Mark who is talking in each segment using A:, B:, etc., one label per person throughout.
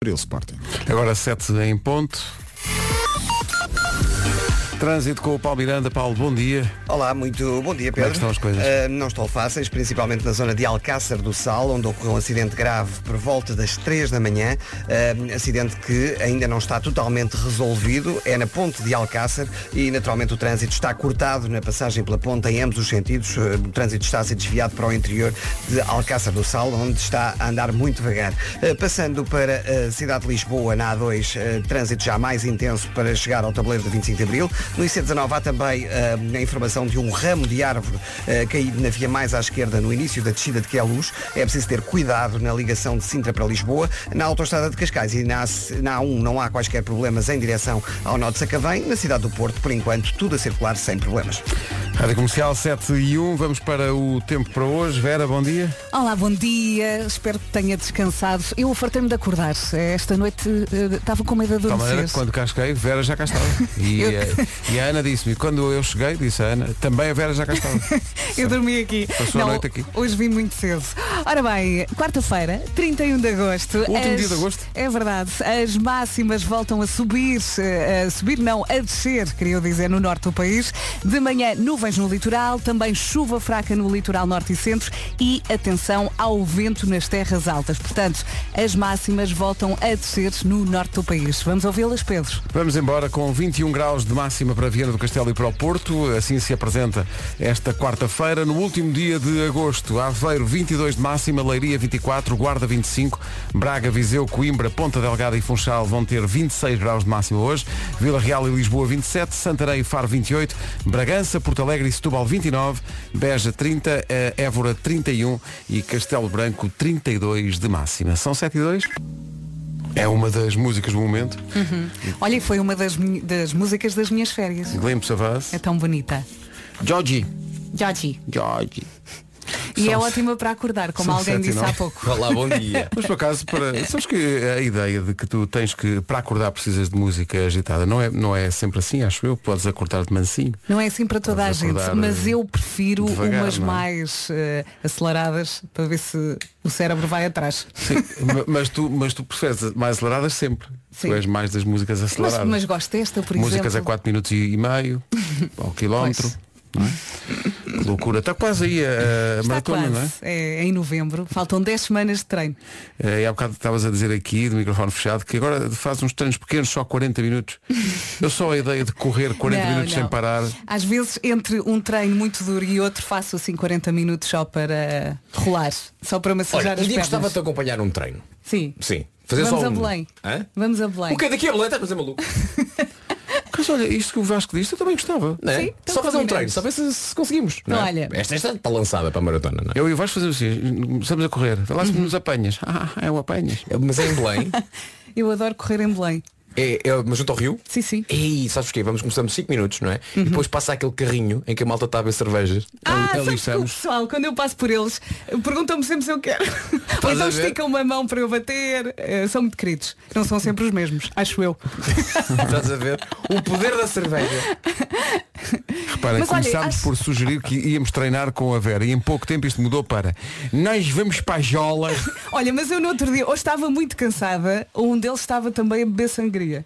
A: Estoril Sporting.
B: Agora 7 em ponto. Trânsito com o Paulo Miranda. Paulo, bom dia.
C: Olá, muito bom dia,
B: é
C: Pedro.
B: que estão as coisas?
C: Ah, não estão fáceis, principalmente na zona de Alcácer do Sal, onde ocorreu um acidente grave por volta das 3 da manhã. Ah, acidente que ainda não está totalmente resolvido. É na ponte de Alcácer e, naturalmente, o trânsito está cortado na passagem pela ponte em ambos os sentidos. Ah, O trânsito está a ser desviado para o interior de Alcácer do Sal, onde está a andar muito devagar. Ah, passando para ah, a cidade de Lisboa, na A2, ah, trânsito já mais intenso para chegar ao tabuleiro de 25 de Abril. No IC19 há também ah, a informação de um ramo de árvore ah, caído na via mais à esquerda no início da descida de Queluz. É preciso ter cuidado na ligação de Sintra para Lisboa. Na autoestrada de Cascais e na, A- na A1 não há quaisquer problemas em direção ao Nó de Sacavém. Na cidade do Porto, por enquanto, tudo a circular sem problemas.
B: Rádio Comercial 7 e 1. Vamos para o tempo para hoje. Vera, bom dia.
D: Olá, bom dia. Espero que tenha descansado. Eu fartei-me de acordar. Esta noite eh, estava com medo de
B: De tal maneira
D: adormecer.
B: que quando cá cheguei, Vera já cá estava. E,
D: Eu-
B: eh, e a Ana disse-me, quando eu cheguei, disse a Ana, também a Vera já cá estava.
D: Eu dormi aqui.
B: Passou a noite aqui.
D: Hoje vim muito cedo. Ora bem, quarta-feira, 31 de agosto.
B: Último dia de agosto.
D: É verdade. As máximas voltam a subir, eh, a subir não, a descer, queria eu dizer, no norte do país. De manhã, nuvens no litoral, também chuva fraca no litoral norte e centro e atenção ao vento nas terras altas. Portanto, as máximas voltam a descer no norte do país. Vamos ouvi-las, Pedro.
B: Vamos embora com 21 graus de máxima para Viana do Castelo e para o Porto. Assim se apresenta esta quarta-feira, no último dia de agosto. Aveiro 22 de máxima, Leiria 24, Guarda 25, Braga, Viseu, Coimbra, Ponta Delgada e Funchal vão ter 26 graus de máxima hoje. Vila Real e Lisboa 27, Santarém e Faro 28, Bragança, Porto Alegre e Setúbal 29, Beja 30, eh, Évora 31 e Castelo Branco 32 de máxima. São 7 e 2. É uma das músicas do momento.
D: Olha, e foi uma das, mi- das músicas das minhas férias.
B: Glimpse of Us.
D: É tão bonita.
B: Georgie.
D: Georgie.
B: Georgie.
D: E
B: São
D: é
B: se-
D: ótima para acordar, como
B: são
D: alguém
B: sete e
D: disse há
B: nove.
D: pouco.
E: Olá, bom dia.
B: Mas por acaso, para... sabes que a ideia de que tu tens que, para acordar, precisas de música agitada, não é, não é sempre assim, acho eu. Podes acordar de mansinho.
D: Não é assim para toda a
B: Vamos
D: gente,
B: acordar,
D: mas
B: eh,
D: eu prefiro
B: devagar,
D: umas
B: não é?
D: mais eh, aceleradas para ver se o cérebro vai atrás.
B: Sim, ma- mas, tu, mas tu preferes mais aceleradas sempre.
D: Sim.
B: Tu és mais das músicas
D: Mas,
B: aceleradas.
D: mas gosto desta, por
B: músicas a
D: exemplo.
B: 4 minutos e meio ao quilómetro. Não é? Que loucura. Está quase aí a, a
D: Está
B: maratona,
D: quase.
B: não é?
D: É, em novembro. Faltam 10 semanas de treino.
B: Eh, E há bocado estavas a dizer aqui, do microfone fechado, que agora faz uns treinos pequenos, só 40 minutos. Eu só a ideia de correr 40
D: Não,
B: minutos
D: não.
B: sem parar.
D: Às vezes, entre um treino muito duro e outro, faço assim 40 minutos só para rolar. Só para
E: Olha,
D: massajar as
E: um dia
D: pernas.
E: gostava de te acompanhar num treino.
D: Sim.
E: Sim. Fazer
D: Vamos
E: só
D: a
E: um.
D: Belém.
E: Hã?
D: Vamos a Belém.
E: O que daqui a Belém? Estás a fazer maluco?
B: Mas olha, isto que o Vasco disse, eu também gostava.
E: Não é?
D: Sim, então
E: só fazer um
D: combinamos.
E: treino, só ver se, se conseguimos. não é?
D: Olha.
E: Esta, esta está lançada para a maratona, não é?
B: Eu e o Vasco fazemos assim, estamos a correr. Vê lá
D: Uhum.
B: se nos apanhas. Ah, é o apanhas.
E: Eu- Mas é em Belém,
D: Eu adoro correr em Belém.
E: é, é- mas junto ao rio.
D: Sim, Uhum. sim.
E: E sabes porquê? Vamos começando 5 minutos, não é? E depois passa aquele carrinho em que a malta está a ver cervejas.
D: Ah,
B: ali
D: sabes que o
B: estamos.
D: pessoal, quando eu passo por eles, perguntam-me sempre se eu quero. Ou
E: a
D: então
E: ver?
D: esticam uma mão para eu bater. Eh, São muito queridos. Não são sempre os mesmos, acho eu.
E: Estás a ver? O poder da cerveja.
B: Reparem,
D: Mas olha,
B: começámos
D: acho-
B: por sugerir que íamos treinar com a Vera e em pouco tempo isto mudou para nós vamos para a Jola.
D: Olha, mas eu no outro dia, ou estava muito cansada, ou um deles estava também a beber sangria.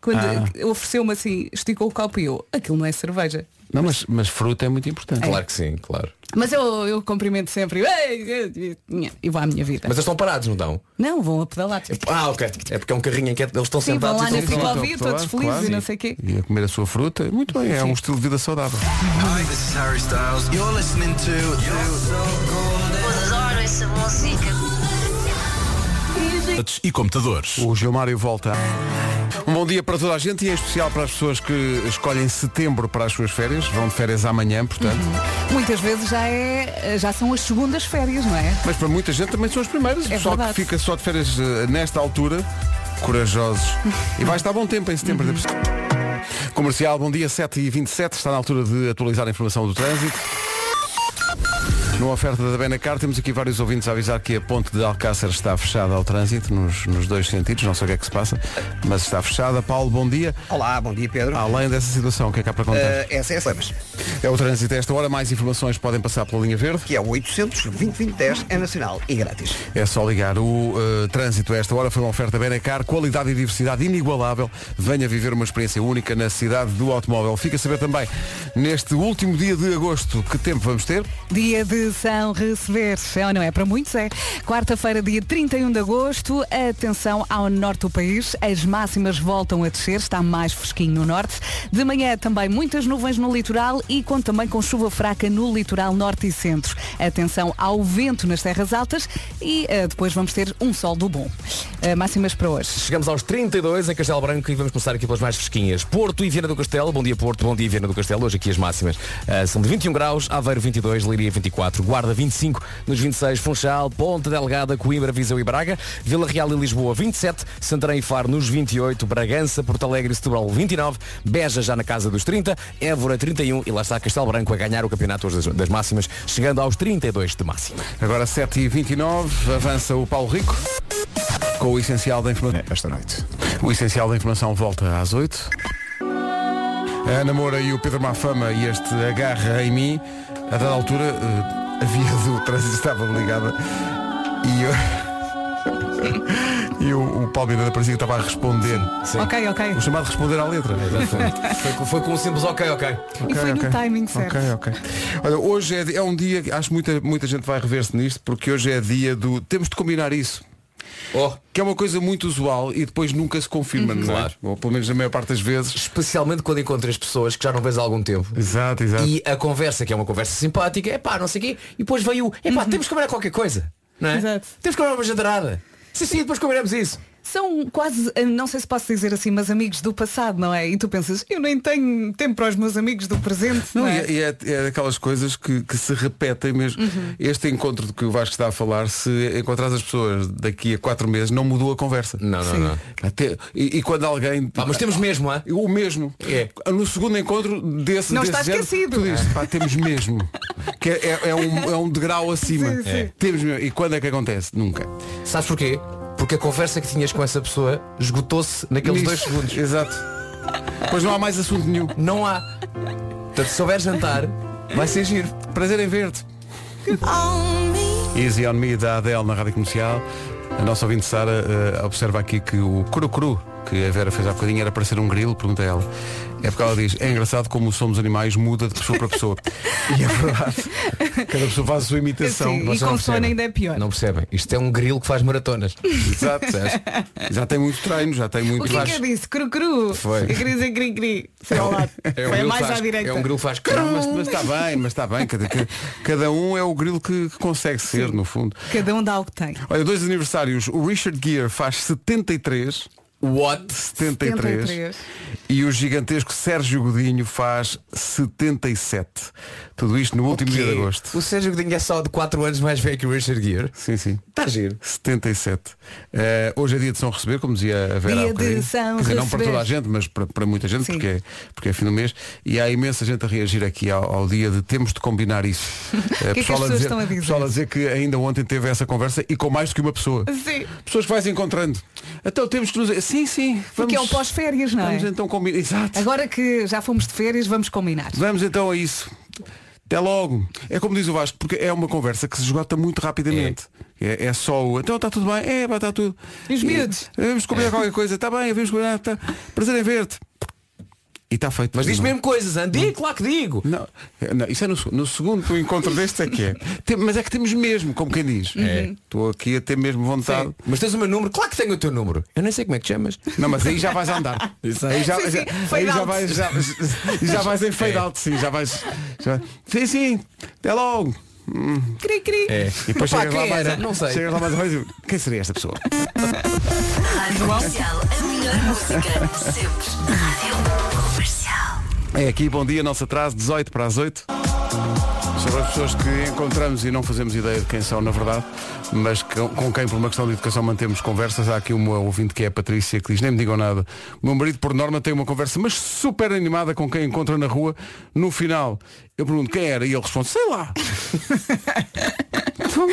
D: Quando eh, ofereceu-me assim, esticou o copo e eu, aquilo não é cerveja.
B: Não, mas, mas fruta é muito importante.
E: Claro que sim, claro.
D: Mas eu, eu cumprimento sempre "Ei, ei, ei", e vou à minha vida.
E: Mas eles estão parados, não estão?
D: Não, vão a pedalar.
E: É- Ah, ok. É porque é um carrinho em que eles estão
D: Sim, vão
E: sentados
D: lá
E: e
D: na
E: estão
D: ciclovia. ouvir, todos felizes e não sei quê.
B: E a comer a sua fruta, muito bem, é um estilo de vida saudável.
F: Hi, this is Harry Styles. You're listening to.
G: adoro essa música.
F: E computadores.
B: O Gilmário volta. Um bom dia para toda a gente e em especial para as pessoas que escolhem setembro para as suas férias. Vão de férias amanhã, portanto.
D: Uhum. Muitas vezes já, é, já são as segundas férias, não é?
B: Mas para muita gente também são as primeiras. O
D: É
B: pessoal
D: verdade.
B: que fica só de férias eh, nesta altura, corajosos. e vai estar bom tempo em setembro.
D: Uhum.
B: Comercial, bom dia, 7h27. Está na altura de atualizar a informação do trânsito. Numa oferta da Benacar, temos aqui vários ouvintes a avisar que a ponte de Alcácer está fechada ao trânsito, nos, nos dois sentidos, não sei o que é que se passa, mas está fechada. Paulo, bom dia.
C: Olá, bom dia Pedro.
B: Além dessa situação, o que é que há para contar?
C: Eh, essa é a Slemas,
B: É o trânsito a esta hora, mais informações podem passar pela linha verde.
C: que é o 800 2010 é nacional e grátis.
B: É só ligar. O eh, trânsito a esta hora foi uma oferta Benacar, qualidade e diversidade inigualável. Venha viver uma experiência única na cidade do automóvel. Fica a saber também, neste último dia de agosto, que tempo vamos ter?
D: Dia de São Receber. É ou não é para muitos, é? Quarta-feira, dia 31 de agosto. Atenção ao norte do país. As máximas voltam a descer. Está mais fresquinho no norte. De manhã também muitas nuvens no litoral e conto também com chuva fraca no litoral norte e centro. Atenção ao vento nas terras altas e eh, depois vamos ter um sol do bom. Eh, máximas para hoje.
E: Chegamos aos 32 em Castelo Branco e vamos começar aqui pelas mais fresquinhas. Porto e Viana do Castelo. Bom dia, Porto. Bom dia, Viana do Castelo. Hoje aqui as máximas ah, são de 21 graus, Aveiro 22, Leiria 24, Guarda 25, nos 26, Funchal, Ponta Delgada, Coimbra, Viseu e Braga, Vila Real e Lisboa 27, Santarém e Faro nos 28, Bragança, Porto Alegre e Setúbal 29, Beja já na casa dos 30, Évora 31 e lá está Castelo Branco a ganhar o campeonato hoje das, das máximas, chegando aos 32 de máxima.
B: Agora 7h29, avança o Paulo Rico com o essencial da informação.
A: Esta noite.
B: O essencial da informação volta às 8. A Ana Moura e o Pedro Mafama e este agarra em mim. A dada altura, eh, a via do trânsito estava ligada e eu- E o, o Paulo Miranda parecia que estava a responder.
D: Ok, ok.
B: O chamado responder à letra.
E: Foi, com- foi com um simples ok, ok.
D: E foi no timing certo.
B: Ok, ok. Olha, hoje é, di- é um dia, que acho que muita, muita gente vai rever-se nisto, porque hoje é dia do. Temos de combinar isso.
E: Oh,
B: Que é uma coisa muito usual e depois nunca se confirma, não é?
E: Claro.
B: Ou pelo menos a maior parte das vezes.
E: especialmente quando encontras pessoas que já não vês há algum tempo.
B: Exato, exato.
E: E a conversa, que é uma conversa simpática, é pá, não sei o quê, e depois veio o, é pá,
B: Uhum.
E: temos que comer qualquer coisa. Não é?
D: Exato.
E: Temos que comer uma jantarada. Sim, sim, depois comeremos isso.
D: São quase, eh, não sei se posso dizer assim, mas amigos do passado, não é? E tu pensas, eu nem tenho tempo para os meus amigos do presente, não,
B: Não,
D: é?
B: e é, e é daquelas coisas que, que se repetem mesmo.
D: Uhum.
B: Este encontro de que o Vasco está a falar, se encontrares as pessoas daqui a quatro meses, não mudou a conversa.
E: Não, não, Sim. não.
B: Até, e, e quando alguém.
E: Pá, mas temos mesmo, há?
B: O mesmo.
E: É.
B: No segundo encontro desse.
D: Não
B: desse
D: está
B: género,
D: esquecido.
B: Tu dizes, pá, temos mesmo. Que é, é- é um, é um degrau acima.
D: Sim, sim. É.
B: Temos mesmo. E quando é que acontece? Nunca.
E: Sabes porquê? Porque a conversa que tinhas com essa pessoa esgotou-se naqueles
B: Nisto.
E: dois segundos.
B: Exato. Pois não há mais assunto nenhum.
E: Não há. Portanto, se houver jantar, vai ser giro.
B: Prazer em ver-te. Easy on Me da Adele na Rádio Comercial. A nossa ouvinte Sara eh, observa aqui que o cru-cru que a Vera fez há bocadinho era parecer um grilo, pergunta ela. É porque ela diz, é engraçado como somos animais muda de pessoa para pessoa. e é verdade. Cada pessoa faz a sua imitação.
D: Sim, e
E: vocês não
D: com sono
E: percebem.
D: ainda é pior.
E: Não percebem? Isto é um grilo que faz maratonas.
B: Exato. Já tem muito treino, já tem
D: O
B: muito
D: que é que eu disse? Cru-cru?
E: Foi.
D: Eu queria dizer cri-cri. Foi ao lado. Foi
E: grilo que
D: mais
E: faz-
D: à direita.
E: É um grilo que faz.
B: Não, mas, mas está bem, mas está bem. Cada, ca- cada um é o grilo que, que consegue ser, no fundo.
D: Cada um dá o que tem.
B: Olha, dois aniversários. O Richard Gere faz 73.
E: What?
B: 73.
D: 73.
B: E o gigantesco Sérgio Godinho faz 77. Tudo isto no último dia de agosto.
E: O Sérgio Godinho é só de 4 anos mais velho que o Richard Gere.
B: Sim, sim.
E: Está Tá giro.
B: 77. Eh, hoje é dia de São Receber, como dizia a Vera.
D: Dia
B: há bocadinho.
D: de São
B: Quer dizer, Não para
D: Receber.
B: toda a gente, mas para, para muita gente,
D: Sim.
B: porque é, porque é fim do mês. E há imensa gente a reagir aqui ao, ao dia de temos de combinar isso. Eh,
D: que as pessoas estão a dizer?
B: Pessoal a dizer que ainda ontem teve essa conversa e com mais do que uma pessoa.
D: Sim.
B: Pessoas que vais encontrando. Então temos que nos. Sim, sim. Vamos,
D: Porque é o pós-férias, não é?
B: Vamos então combinar. Exato.
D: Agora que já fomos de férias, vamos combinar.
B: Vamos então a isso. Até logo. É como diz o Vasco, porque é uma conversa que se esgota muito rapidamente. É, é só o. Então está tudo bem? É, pá, está tudo.
D: E os miúdos?
B: E, vamos comer qualquer coisa. Está bem, vamos comer. Tá... Prazer em ver-te. E está feito.
E: Mas diz
B: Não-
E: mesmo coisas, Andy. Digo, claro que digo.
B: Não, é, não, isso é no, se- no segundo encontro deste é que é. Tem- mas é que temos mesmo, como quem diz.
D: Uhum.
B: É, Estou aqui a ter mesmo vontade.
E: Mas tens o meu número? Claro que tenho o teu número. Eu nem sei como é que te chamas.
B: Não, mas aí já vais andar. Aí já,
D: Sim, sim,
B: já- aí
D: fade
B: já
D: out.
B: vais, já, já vais em fade out, sim, já vais. já- sim, sim, até logo.
D: Cri-cri.
B: É, E depois
E: Pá,
B: chegas lá
E: quem
B: mais
E: era? Não sei.
B: Chegas lá mais uma vez e quem seria esta pessoa?
G: Rádio Comercial, a melhor música sempre. Rádio Comercial.
B: É aqui, bom dia, nosso atraso, 18 para as 8. Sobre as pessoas que encontramos e não fazemos ideia de quem são, na verdade. mas com, com quem por uma questão de educação mantemos conversas. Há aqui uma ouvinte que é a Patrícia que diz, nem me digam nada. O meu marido, por norma, tem uma conversa, mas super animada com quem encontra na rua. No final, eu pergunto quem era e ele responde, sei lá. Então,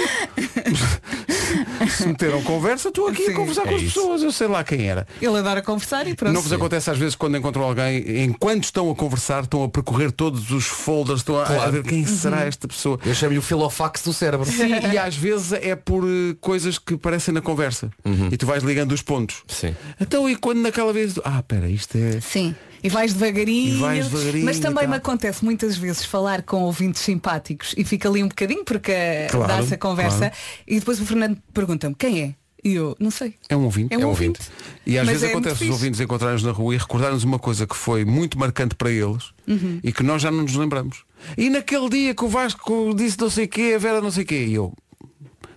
B: Se meteram conversa, estou aqui
D: Sim.
B: a conversar com
E: É
B: as
E: isso.
B: pessoas, eu sei lá quem era.
D: Ele adora conversar e pronto.
B: Não vos acontece às vezes quando encontram alguém, enquanto estão a conversar, estão a percorrer todos os folders, estão a, a ver
D: Uhum.
B: quem será esta pessoa.
E: Eu chamo-lhe o filofax do cérebro.
B: E, e às vezes é por eh, coisas que parecem na conversa.
D: Uhum.
B: E tu vais ligando os pontos.
E: Sim.
B: Então e quando naquela vez. Ah, pera, isto é.
D: Sim. E vais devagarinho.
B: E vais devagarinho
D: Mas
B: e
D: também
B: tal.
D: me acontece muitas vezes falar com ouvintes simpáticos e fica ali um bocadinho porque eh,
B: Claro,
D: dá-se a conversa.
B: claro.
D: E depois o Fernando pergunta-me quem é? E eu não sei.
B: É um ouvinte.
D: É um ouvinte.
B: E às
D: Mas
B: vezes
D: é muito
B: acontece os
D: fixe.
B: ouvintes encontrarem-nos na rua e recordarem-nos uma coisa que foi muito marcante para eles
D: Uhum.
B: e que nós já não nos lembramos. E naquele dia que o Vasco disse não sei o quê, a Vera não sei o quê. E eu.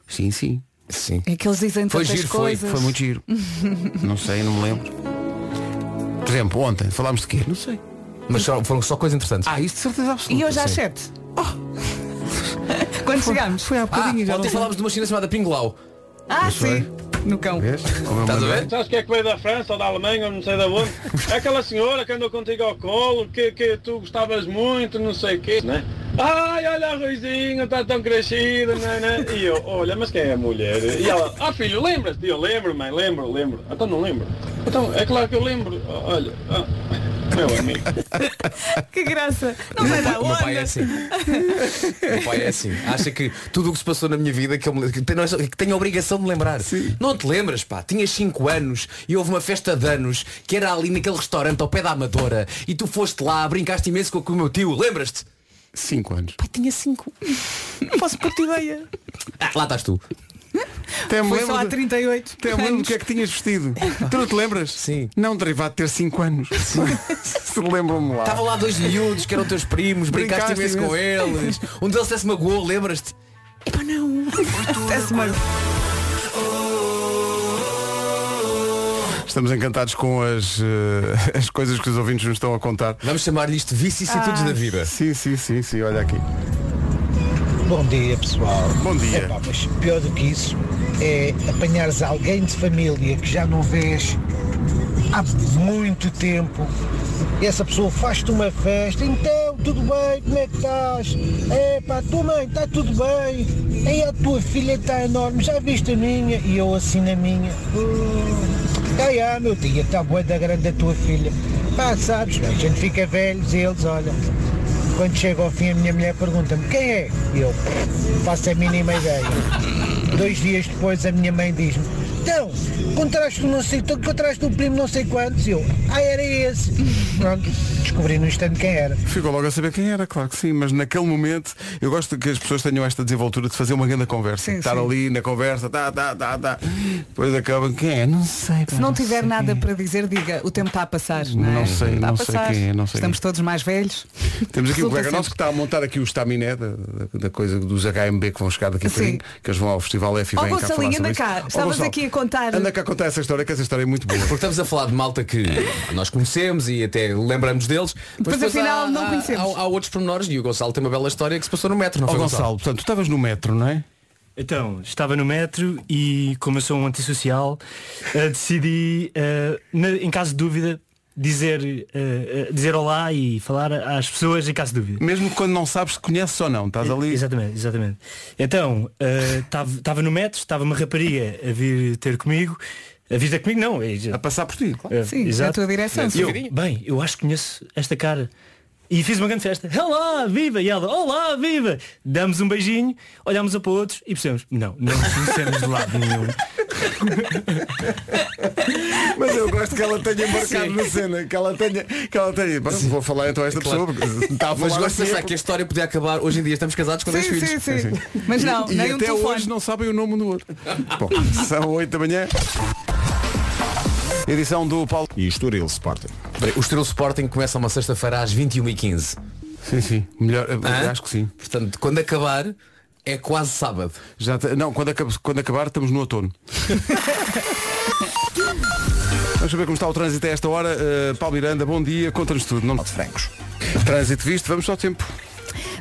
B: Sim, sim.
E: Sim.
D: É que eles dizem
E: Foi
D: tantas
E: giro, foi-
D: coisas.
B: Foi muito giro. não sei, não me lembro. Por exemplo, ontem falámos de quê? Não sei.
E: Mas só- foram só coisas interessantes.
B: Ah, isso de certeza absoluta.
D: E hoje às
E: Sim.
D: sete. Oh. Quando chegámos.
B: Foi há bocadinho já.
E: Ah, ontem
B: não-
E: falámos de uma China chamada Pinglau.
D: Ah, sim. No cão.
B: Vês? Como eu
E: Estás a
B: mandei?
E: ver?
A: Sabes que é que veio da França ou da Alemanha ou não sei da onde? É aquela senhora que andou contigo ao colo, que, que tu gostavas muito, não sei o quê, né? Ai, olha a Ruizinha, está tão crescida, né, né? E eu, olha, mas quem é a mulher? E ela, ah filho, lembras-te? E eu, lembro, mãe, lembro, lembro. Então não lembro. Então, é claro que eu lembro. Olha, ah, meu amigo.
D: Que graça. Não
E: O
D: vai
E: meu pai,
D: dar
E: o meu pai é
D: onda.
E: assim. O meu pai é assim. Acha que tudo o que se passou na minha vida que, eu me- que tenho, que tenho a obrigação de lembrar. Não te lembras, pá. Tinhas 5 anos e houve uma festa de anos que era ali naquele restaurante ao pé da Amadora e tu foste lá, brincaste imenso com, com o meu tio. Lembras-te?
B: Cinco anos.
D: então,
E: Pá, tinha 5.
D: Não posso pôr-te ideia.
E: Ah, lá estás tu.
B: Até me
D: Foi só
B: lembro
D: há
B: de-
D: 38.
B: até me lembro do
D: anos.
B: que é que tinhas vestido. Tu não te lembras?
E: Sim.
B: Não, derivado de ter cinco anos. Se lembram-me lá.
E: Estavam lá dois miúdos que eram teus primos, brincaste,
B: Brincaste
E: imenso, com eles. Um deles se magoou, lembras-te?
D: Epá, não. Acontece uma-
B: Estamos encantados com as, eh, as coisas que os ouvintes nos estão a contar.
E: Vamos chamar-lhe isto vicissitudes da vida.
B: Sim, sim, sim, sim, olha aqui.
H: Bom dia, pessoal.
B: Bom dia.
H: Epá, mas pior do que isso é apanhares alguém de família que já não vês há muito tempo. E essa pessoa faz-te uma festa. Então, tudo bem? Como é que estás? É pá, tua mãe, está tudo bem? Ei, a tua filha está enorme. Já viste a minha? E eu assim na minha. Hum. Ai, ah, meu dia, está boa da grande a tua filha. Pá, sabes, a gente fica velhos e eles, olha, quando chego ao fim, a minha mulher pergunta-me quem é? Eu faço a mínima ideia. Dois dias depois, a minha mãe diz-me: Então, encontraste o não sei, tu encontraste o primo não sei quantos? E Eu, ah, era esse. Pronto, descobri no instante quem era.
B: Ficou logo a saber quem era, claro que sim, mas naquele momento eu gosto que as pessoas tenham esta desenvoltura de fazer uma grande conversa.
D: Sim,
B: Estar
D: sim.
B: ali na conversa, tá, tá, tá, tá. Depois acabam, quem é? Não sei. pá,
D: Se não
B: sei
D: tiver
B: quem
D: nada
B: é.
D: para dizer, diga, o tempo está a passar. Não, é?
B: Não sei,
D: Está a
B: não sei
D: passar.
B: quem é, não sei
D: Estamos todos mais velhos.
B: Temos aqui um
D: Resulta
B: colega
D: sempre.
B: nosso que está a montar aqui o estaminé da, da- da coisa dos HMB que vão chegar daqui a
D: Sim.
B: pouquinho, que eles vão ao Festival F e
D: Ó,
B: vêm cá
D: Gonçalinho,
B: falar sobre
D: anda
B: isto.
D: cá.
B: Ó,
D: Estavas
B: Gonçalo,
D: aqui a contar-
B: Anda cá a contar essa história, que essa história é muito boa.
E: Porque estamos a falar de malta que nós conhecemos e até lembramos deles.
D: Depois, afinal, não conhecemos.
E: Há, há outros pormenores e o Gonçalo tem uma bela história que se passou no metro, não
B: Ó
E: foi
B: Gonçalo, portanto, tu estavas no metro, não é?
I: Então, estava no metro e como eu sou um antissocial, eh, decidi, eh, na- em caso de dúvida, dizer, eh, eh, dizer olá e falar às pessoas em caso de dúvida.
B: Mesmo quando não sabes se conheces ou não, estás ali.
I: Exatamente, exatamente. Então, estava no metro, estava uma rapariga a vir ter comigo. A vir ter comigo não, é,
B: A passar por ti.
I: eh,
D: Sim, na tua direção.
I: E Eu, bem, eu acho que conheço esta cara. E fiz uma grande festa. Olá, viva! E ela, olá, viva! Damos um beijinho, olhámos um para outros e percebemos, não, não nos conhecemos de lado nenhum.
B: Mas eu gosto que ela tenha marcado na cena, que ela tenha, que ela tenha. Bom, Vou falar então a esta
E: Claro.
B: pessoa, porque está a
E: Mas
B: falar
E: gosto de
B: assim,
E: pensar que a história podia acabar. Hoje em dia estamos casados com dois
D: Sim,
E: filhos.
D: sim, sim, Mas não,
B: e
D: nem um
B: até
D: telefone.
B: hoje não sabem o nome do outro. Bom, são 8 da manhã. Edição do Paulo.
J: E Estoril Sporting.
E: Bem, O Estrela Sporting começa uma sexta-feira às 21h15.
B: Sim, sim. Melhor, eu
E: Hã?
B: acho que sim.
E: Portanto, quando acabar, é quase sábado.
B: Já te- não, quando, acab- quando acabar estamos no outono. Vamos saber como está o trânsito a esta Eh, hora. Uh, Paulo Miranda, bom dia, conta-nos tudo. Não...
J: Francos.
B: Trânsito visto, vamos ao tempo.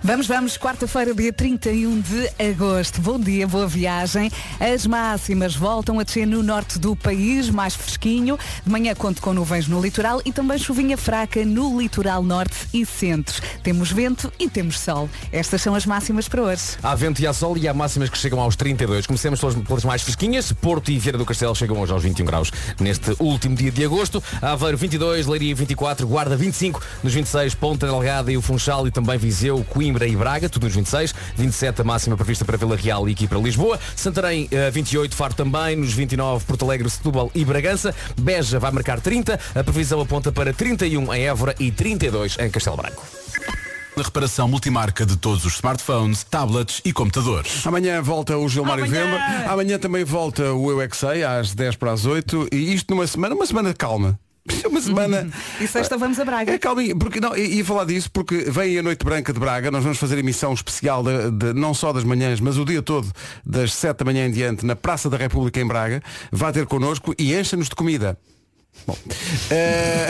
D: Vamos, vamos, quarta-feira, dia 31 de agosto. Bom dia, boa viagem. As máximas voltam a descer no norte do país, mais fresquinho. De manhã conto com nuvens no litoral e também chuvinha fraca no litoral norte e centro. Temos vento e temos sol. Estas são as máximas para hoje.
E: Há vento e há sol e há máximas que chegam aos 32. Comecemos pelas, pelas mais fresquinhas. Porto e Vieira do Castelo chegam hoje aos 21 graus neste último dia de agosto. Aveiro 22, Leiria 24, Guarda 25, nos 26 Ponta Delgada e o Funchal e também Viseu, Coimbra e Braga, tudo nos 26. 27 a máxima prevista para Vila Real e aqui para Lisboa. Santarém eh, 28, Faro também, nos 29 Porto Alegre, Setúbal e Bragança. Beja vai marcar 30. A previsão aponta para 31 em Évora e 32 em Castelo Branco.
F: Na reparação multimarca de todos os smartphones, tablets e computadores.
B: Amanhã volta o Gilmário
D: Amanhã!
B: Vemba. Amanhã também volta o Eu É Que Sei, às 10 para as 8. E isto numa semana, uma semana calma. é Uma semana.
D: E sexta vamos a Braga.
B: É calminho, porque não, ia ia falar disso porque vem a Noite Branca de Braga, nós vamos fazer emissão especial de, de- não só das manhãs, mas o dia todo, das 7 da manhã em diante, na Praça da República em Braga, vá ter connosco e encha-nos de comida. Bom. Eh,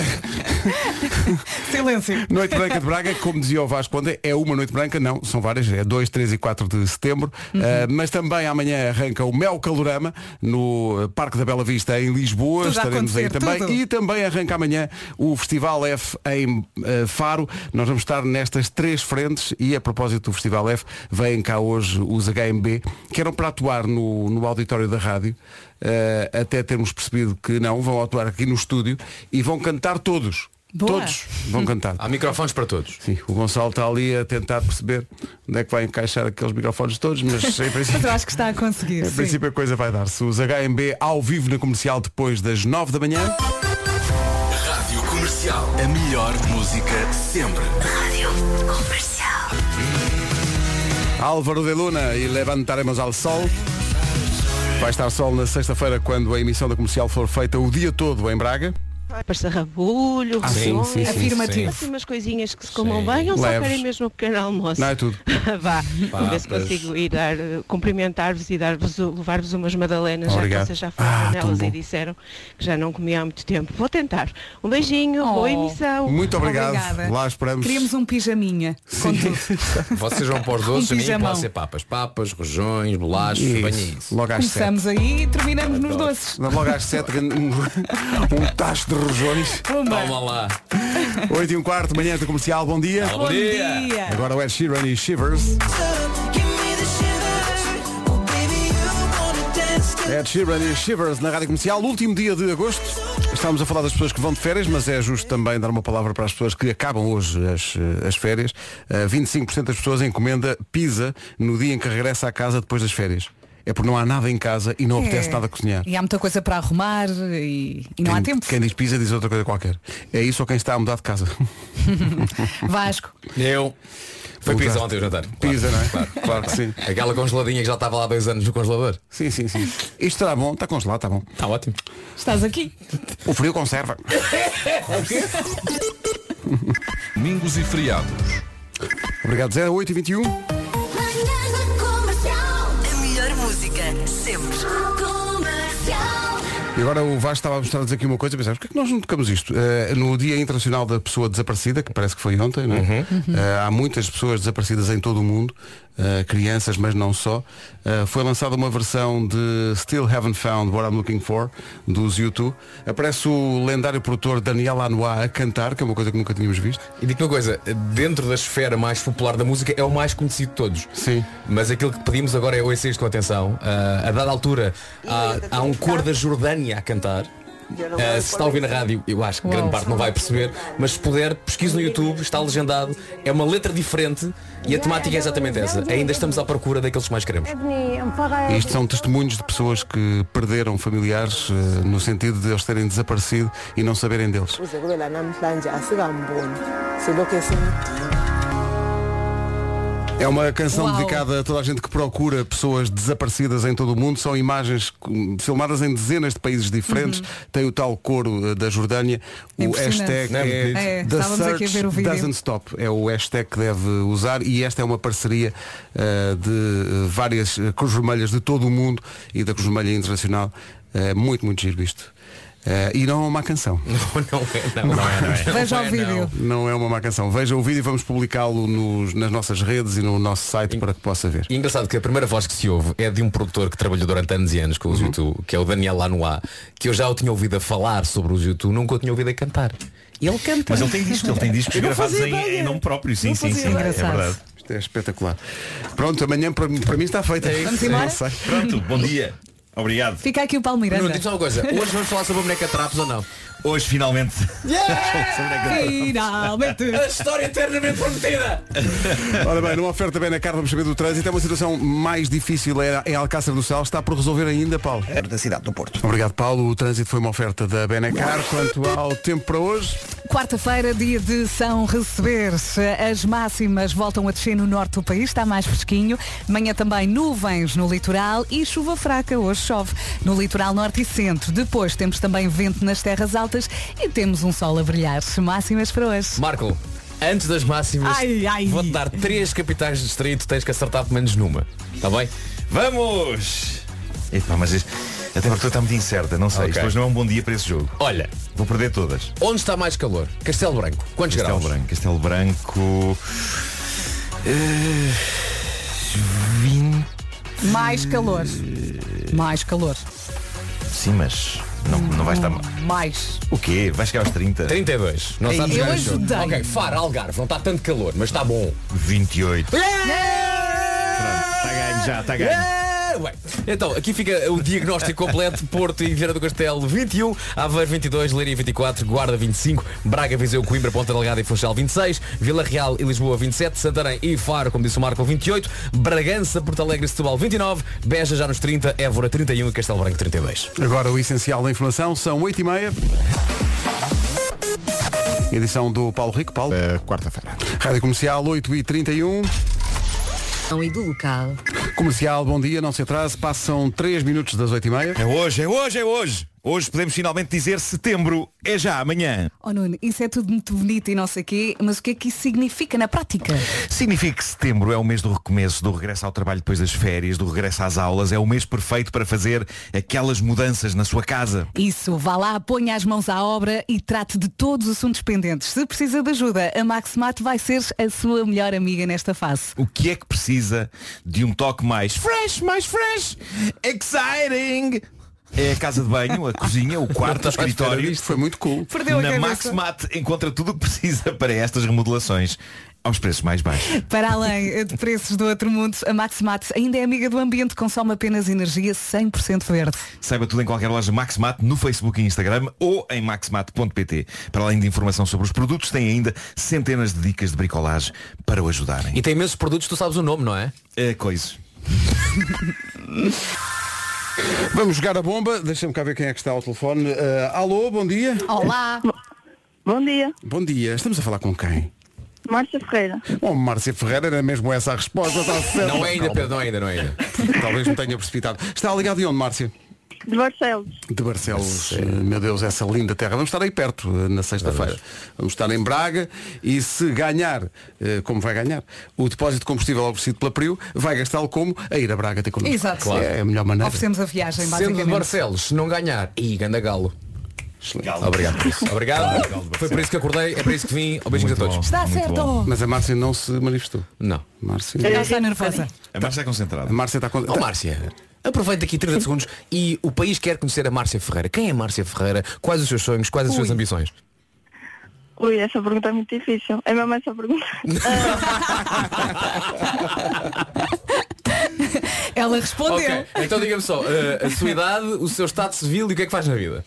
D: Silêncio.
B: noite Branca de Braga, como dizia o Vasco ontem, é uma Noite Branca, não, são várias, é 2, 3 e 4 de setembro,
D: Uhum.
B: Eh, mas também amanhã arranca o Mel Calorama no Parque da Bela Vista em Lisboa,
D: Tudo a
B: estaremos aí
D: acontecer,
B: também,
D: tudo.
B: e também arranca amanhã o Festival F em eh, Faro. Nós vamos estar nestas três frentes e a propósito do Festival F, vêm cá hoje os HMB, que eram para atuar no, no auditório da rádio, eh, até termos percebido que não, vão atuar aqui no estúdio e vão cantar todos.
D: Boa.
B: Todos vão cantar.
E: Há microfones para todos.
B: Sim, o Gonçalo está ali a tentar perceber onde é que vai encaixar aqueles microfones todos, mas em
D: Mas eu
B: princípio,
D: acho que está a conseguir.
B: em
D: sim.
B: princípio a coisa vai dar-se. Os HMB ao vivo na comercial depois das 9 da manhã.
F: Rádio Comercial. A melhor música sempre.
G: Rádio Comercial.
B: Álvaro de Luna e Levantaremos ao Sol. Vai estar sol na sexta-feira quando a emissão da comercial for feita o dia todo em Braga.
J: Passarrabulho,
B: sim, sim, sim,
D: Afirmativo.
J: assim umas coisinhas que se comam bem ou só
B: Leves.
J: querem mesmo um pequeno almoço?
B: Não é tudo.
J: Vá, vou ver se
E: Papas.
J: consigo ir dar, eh, cumprimentar-vos e dar-vos, o- levar-vos umas madalenas, já
B: Obrigado.
J: que vocês já falaram
B: Ah,
J: nelas
B: tão
J: e
B: bom.
J: disseram que já não comi há muito tempo. Vou tentar. Um beijinho, boa
D: Oh.
J: emissão.
B: Muito obrigado.
D: Obrigada.
B: Lá esperamos.
D: Queremos um pijaminha. Com tudo.
E: Vocês vão para os
D: doces, Um a mim pijamão. pode ser
E: papas. Papas, rojões, bolachas,
B: Isso. Logo às sete.
D: Começamos aí e terminamos nos doces.
B: Logo às sete um, um tacho de rojões.
E: Toma lá.
B: 8 e um quarto, manhã da comercial, bom dia.
E: Bom dia.
B: Agora o Ed Sheeran e Shivers. Ed Sheeran e Shivers na Rádio Comercial, último dia de agosto. Estávamos a falar das pessoas que vão de férias, mas é justo também dar uma palavra para as pessoas que acabam hoje as, eh, as férias. Eh, 25% das pessoas encomenda pizza no dia em que regressa à casa depois das férias. É porque não há nada em casa e não apetece
D: É.
B: nada a cozinhar.
D: E há muita coisa para arrumar e, e não há
B: Quem-
D: tempo.
B: Quem diz pizza diz outra coisa qualquer. É isso ou quem está a mudar de casa.
D: Vasco.
E: Eu. Foi
B: Voltaste.
E: pizza ontem o jantar. Claro,
B: Pizza, não é?
E: Claro.
B: claro que sim.
E: Aquela congeladinha que já estava lá há dois anos no congelador.
B: Sim, sim, sim. Isto está bom, está congelado, está bom.
E: Está ótimo.
D: Estás aqui?
B: O frio conserva.
F: Domingos e feriados.
B: Obrigado, Zé. 8h21.
G: Manhãs da Comercial. A melhor música sempre. Comercial.
B: E agora o Vasco estava a mostrar-nos aqui uma coisa, pensava, porquê é que nós não tocamos isto? Eh, no Dia Internacional da Pessoa Desaparecida, que parece que foi ontem, não é?
F: Uhum.
B: Eh, há muitas pessoas desaparecidas em todo o mundo, eh, crianças, mas não só. Eh, foi lançada uma versão de Still Haven't Found What I'm Looking For, dos YouTube. Aparece o lendário produtor Daniel Lanois a cantar, que é uma coisa que nunca tínhamos visto.
E: E digo uma coisa, dentro da esfera mais popular da música é o mais conhecido de todos.
B: Sim.
E: Mas aquilo que pedimos agora é ouça isto com atenção. Ah, a dada altura há, há um cor da Jordânia a cantar. Ah, se está a ouvir na rádio, eu acho que grande parte não vai perceber, mas se puder, pesquise no YouTube, está legendado, é uma letra diferente e a temática é exatamente essa. Ainda estamos à procura daqueles que mais
D: É
E: queremos.
B: E isto são testemunhos de pessoas que perderam familiares, eh, no sentido de eles terem desaparecido e não saberem deles. É uma canção
D: Uau.
B: dedicada a toda a gente que procura pessoas desaparecidas em todo o mundo. São imagens hum, filmadas em dezenas de países diferentes. Tem o tal coro eh, da Jordânia. O
D: Uhum. Impressionante.
B: hashtag
E: Não é
B: é,
E: bonito?
D: É,
B: The
D: estávamos aqui a ver o
B: Search
D: vídeo.
B: Doesn't Stop. É o hashtag que deve usar e esta é uma parceria eh, de eh, várias eh, Cruz Vermelhas de todo o mundo e da Cruz Vermelha Internacional. É muito, muito giro isto. Eh, e não é uma má canção.
E: Não, não é, não, não é, não é.
D: Veja
E: Não
D: o
E: é,
D: vídeo.
B: Não é uma má canção. Veja o vídeo e vamos publicá-lo nos- nas nossas redes e no nosso site para que possa ver.
E: E é engraçado que a primeira voz que se ouve é de um produtor que trabalhou durante anos e anos com os YouTube, que é o Daniel Lanois, que eu já o tinha ouvido a falar sobre os YouTube, nunca o tinha ouvido a cantar. E ele canta.
K: Mas ele tem discos, ele tem discos gravados em, em nome próprio, sim,
D: Não
K: sim,
D: fazia
K: sim. É
D: ideia.
K: verdade.
B: Isto é espetacular. Pronto, amanhã para, para mim está feita.
D: Vamos embora?
B: Não sei.
K: Pronto, bom dia. Obrigado.
D: Fica aqui o Paulo Miranda.
E: Não, diz uma coisa, hoje vamos falar sobre a boneca Traps ou não?
K: Hoje finalmente.
D: Finalmente.
E: A história eternamente prometida!
B: Ora bem, numa oferta bem na cara, vamos saber do trânsito. É uma situação mais difícil é em Alcácer do Sal. Está por resolver ainda, Paulo.
C: da cidade do Porto.
B: Obrigado, Paulo. O trânsito foi uma oferta da Benacar. Quanto ao tempo para hoje,
D: Quarta-feira, dia de São Receber. As máximas voltam a descer no norte do país, está mais fresquinho. Manhã também nuvens no litoral e chuva fraca, hoje chove no litoral norte e centro. Depois temos também vento nas terras altas e temos um sol a brilhar. Máximas para hoje.
E: Marco, antes das máximas,
D: Ai, ai.
E: vou-te dar três capitais de distrito, tens que acertar pelo menos numa. Está bem?
K: Vamos! Epá, mas este- a temperatura está muito incerta, não sei.
E: Ok.
K: Isto hoje não é um bom dia para esse jogo.
E: Olha,
K: Vou perder todas.
E: onde está mais calor? Castelo Branco. Quantos
K: Castelo
E: graus?
K: Branco, Castelo Branco. eh, 20.
D: Mais calor. Mais calor. Hum,
K: Sim, mas não, não vai estar mal.
D: Mais.
K: O quê? Vai chegar aos 30?
E: 32.
K: É
E: Não sabes
D: Eu
E: jogar este jogo.
D: ajudei.
E: Ok, Faro, Algarve, não está tanto calor, mas está bom.
K: 28. Está tá ganho já, está ganho.
E: Ah, bem. Então, aqui fica o diagnóstico completo. Porto e Vieira do Castelo 21, Aveiro 22, Leiria 24, Guarda 25, Braga, Viseu, Coimbra, Ponta Delgada e Funchal 26, Vila Real e Lisboa 27, Santarém e Faro, como disse o Marco, 28, Bragança, Porto Alegre e Setúbal 29, Beja já nos 30, Évora 31 e Castelo Branco 32.
B: agora o essencial da informação, são 8h30. Edição do Paulo Rico. Paulo.
L: É.
F: Quarta-feira.
B: Rádio Comercial 8h31.
G: E do local.
B: Comercial, bom dia, não se atrase. Passam 3 minutos das 8h30.
K: É hoje, é hoje, é hoje. Hoje podemos finalmente dizer setembro é já amanhã.
D: Oh Nuno, isso é tudo muito bonito e não sei o quê, mas o que é que isso significa na prática?
K: Significa que setembro é o mês do recomeço, do regresso ao trabalho depois das férias, do regresso às aulas. É o mês perfeito para fazer aquelas mudanças na sua casa.
D: Isso, vá lá, ponha as mãos à obra e trate de todos os assuntos pendentes. Se precisa de ajuda, a Maxmat vai ser a sua melhor amiga nesta fase.
K: O que é que precisa de um toque mais fresh, mais fresh, exciting? É a casa de banho, a cozinha, o quarto, o É um escritório.
B: Isto foi muito cool.
D: Perdeu a
K: Na
D: cabeça.
K: Maxmat encontra tudo o que precisa para estas remodelações aos preços mais baixos.
D: Para além de preços do outro mundo, a Maxmat ainda é amiga do ambiente, consome apenas energia 100% verde.
K: Saiba tudo em qualquer loja Maxmat, no Facebook e Instagram ou em maxmat.pt. Para além de informação sobre os produtos, tem ainda centenas de dicas de bricolagem para o ajudarem.
E: E tem imensos produtos, tu sabes o nome, não é?
K: É coisa.
B: Vamos jogar a bomba. Deixa-me cá ver quem é que está ao telefone. Eh, alô, bom dia.
D: Olá!
J: Bom dia,
B: Bom dia. Estamos a falar com quem?
J: Márcia Ferreira.
B: Bom, Márcia Ferreira, era mesmo essa a resposta. Está certo.
E: Não é ainda, Pedro, não é ainda, não é ainda.
B: Talvez me tenha precipitado. Está ligado de onde, Márcia?
J: De Barcelos.
B: De Barcelos. Eh, Meu Deus, essa linda terra. Vamos estar aí perto eh, na sexta-feira. Vamos estar em Braga e se ganhar, eh, como vai ganhar, o depósito de combustível oferecido pela Priu, vai gastá-lo como a ir a Braga ter connosco.
D: Exato.
E: Claro.
B: É a melhor maneira.
D: Oferecemos a viagem,
E: Sendo de
D: basicamente.
E: Barcelos, se não ganhar, e ganda galo. Obrigado por isso. Obrigado. Foi por isso que acordei, é por isso que vim. Beijinhos a
K: Muito
E: todos.
K: bom, Então-
D: Está
K: muito bom.
D: certo!
B: Mas a Márcia não se manifestou.
E: Não.
B: Márcia.
J: É.
D: Não está nervosa.
K: A Márcia está
B: A
K: concentrada.
B: Márcia está com.
E: Ó Oh, Márcia, aproveita aqui 30 segundos e o país quer conhecer a Márcia Ferreira. Quem é a Márcia Ferreira? Quais os seus sonhos? Quais as suas ambições?
J: Ui, essa pergunta é muito difícil. É mesmo essa pergunta.
D: Ela respondeu.
E: Ok, então diga-me só, eh, a sua idade, o seu estado civil e o que é que faz na vida?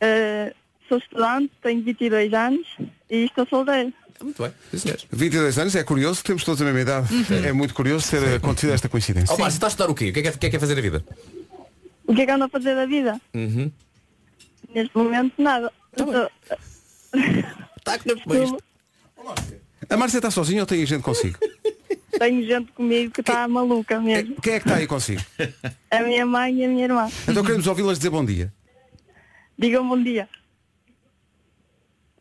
J: Eh, sou estudante, tenho 22 anos e estou solteiro.
E: Muito bem, sim senhores.
B: 22 anos, é curioso, temos todos a mesma idade. É muito curioso ter acontecido esta coincidência.
E: Ó Márcia, está a estudar o quê? O que é que é, o que é que é fazer na vida?
J: O que é que ando a fazer da vida?
K: Uhum.
J: Neste momento, nada.
K: Então
J: Estou- estou-
B: A Márcia está sozinha ou tem gente consigo?
K: é.
J: tenho gente comigo que está maluca
B: É-
J: mesmo.
B: Quem é que está aí consigo?
K: É.
J: A minha mãe e a minha irmã.
B: Então queremos ouvi-las dizer bom dia.
J: Digam bom dia.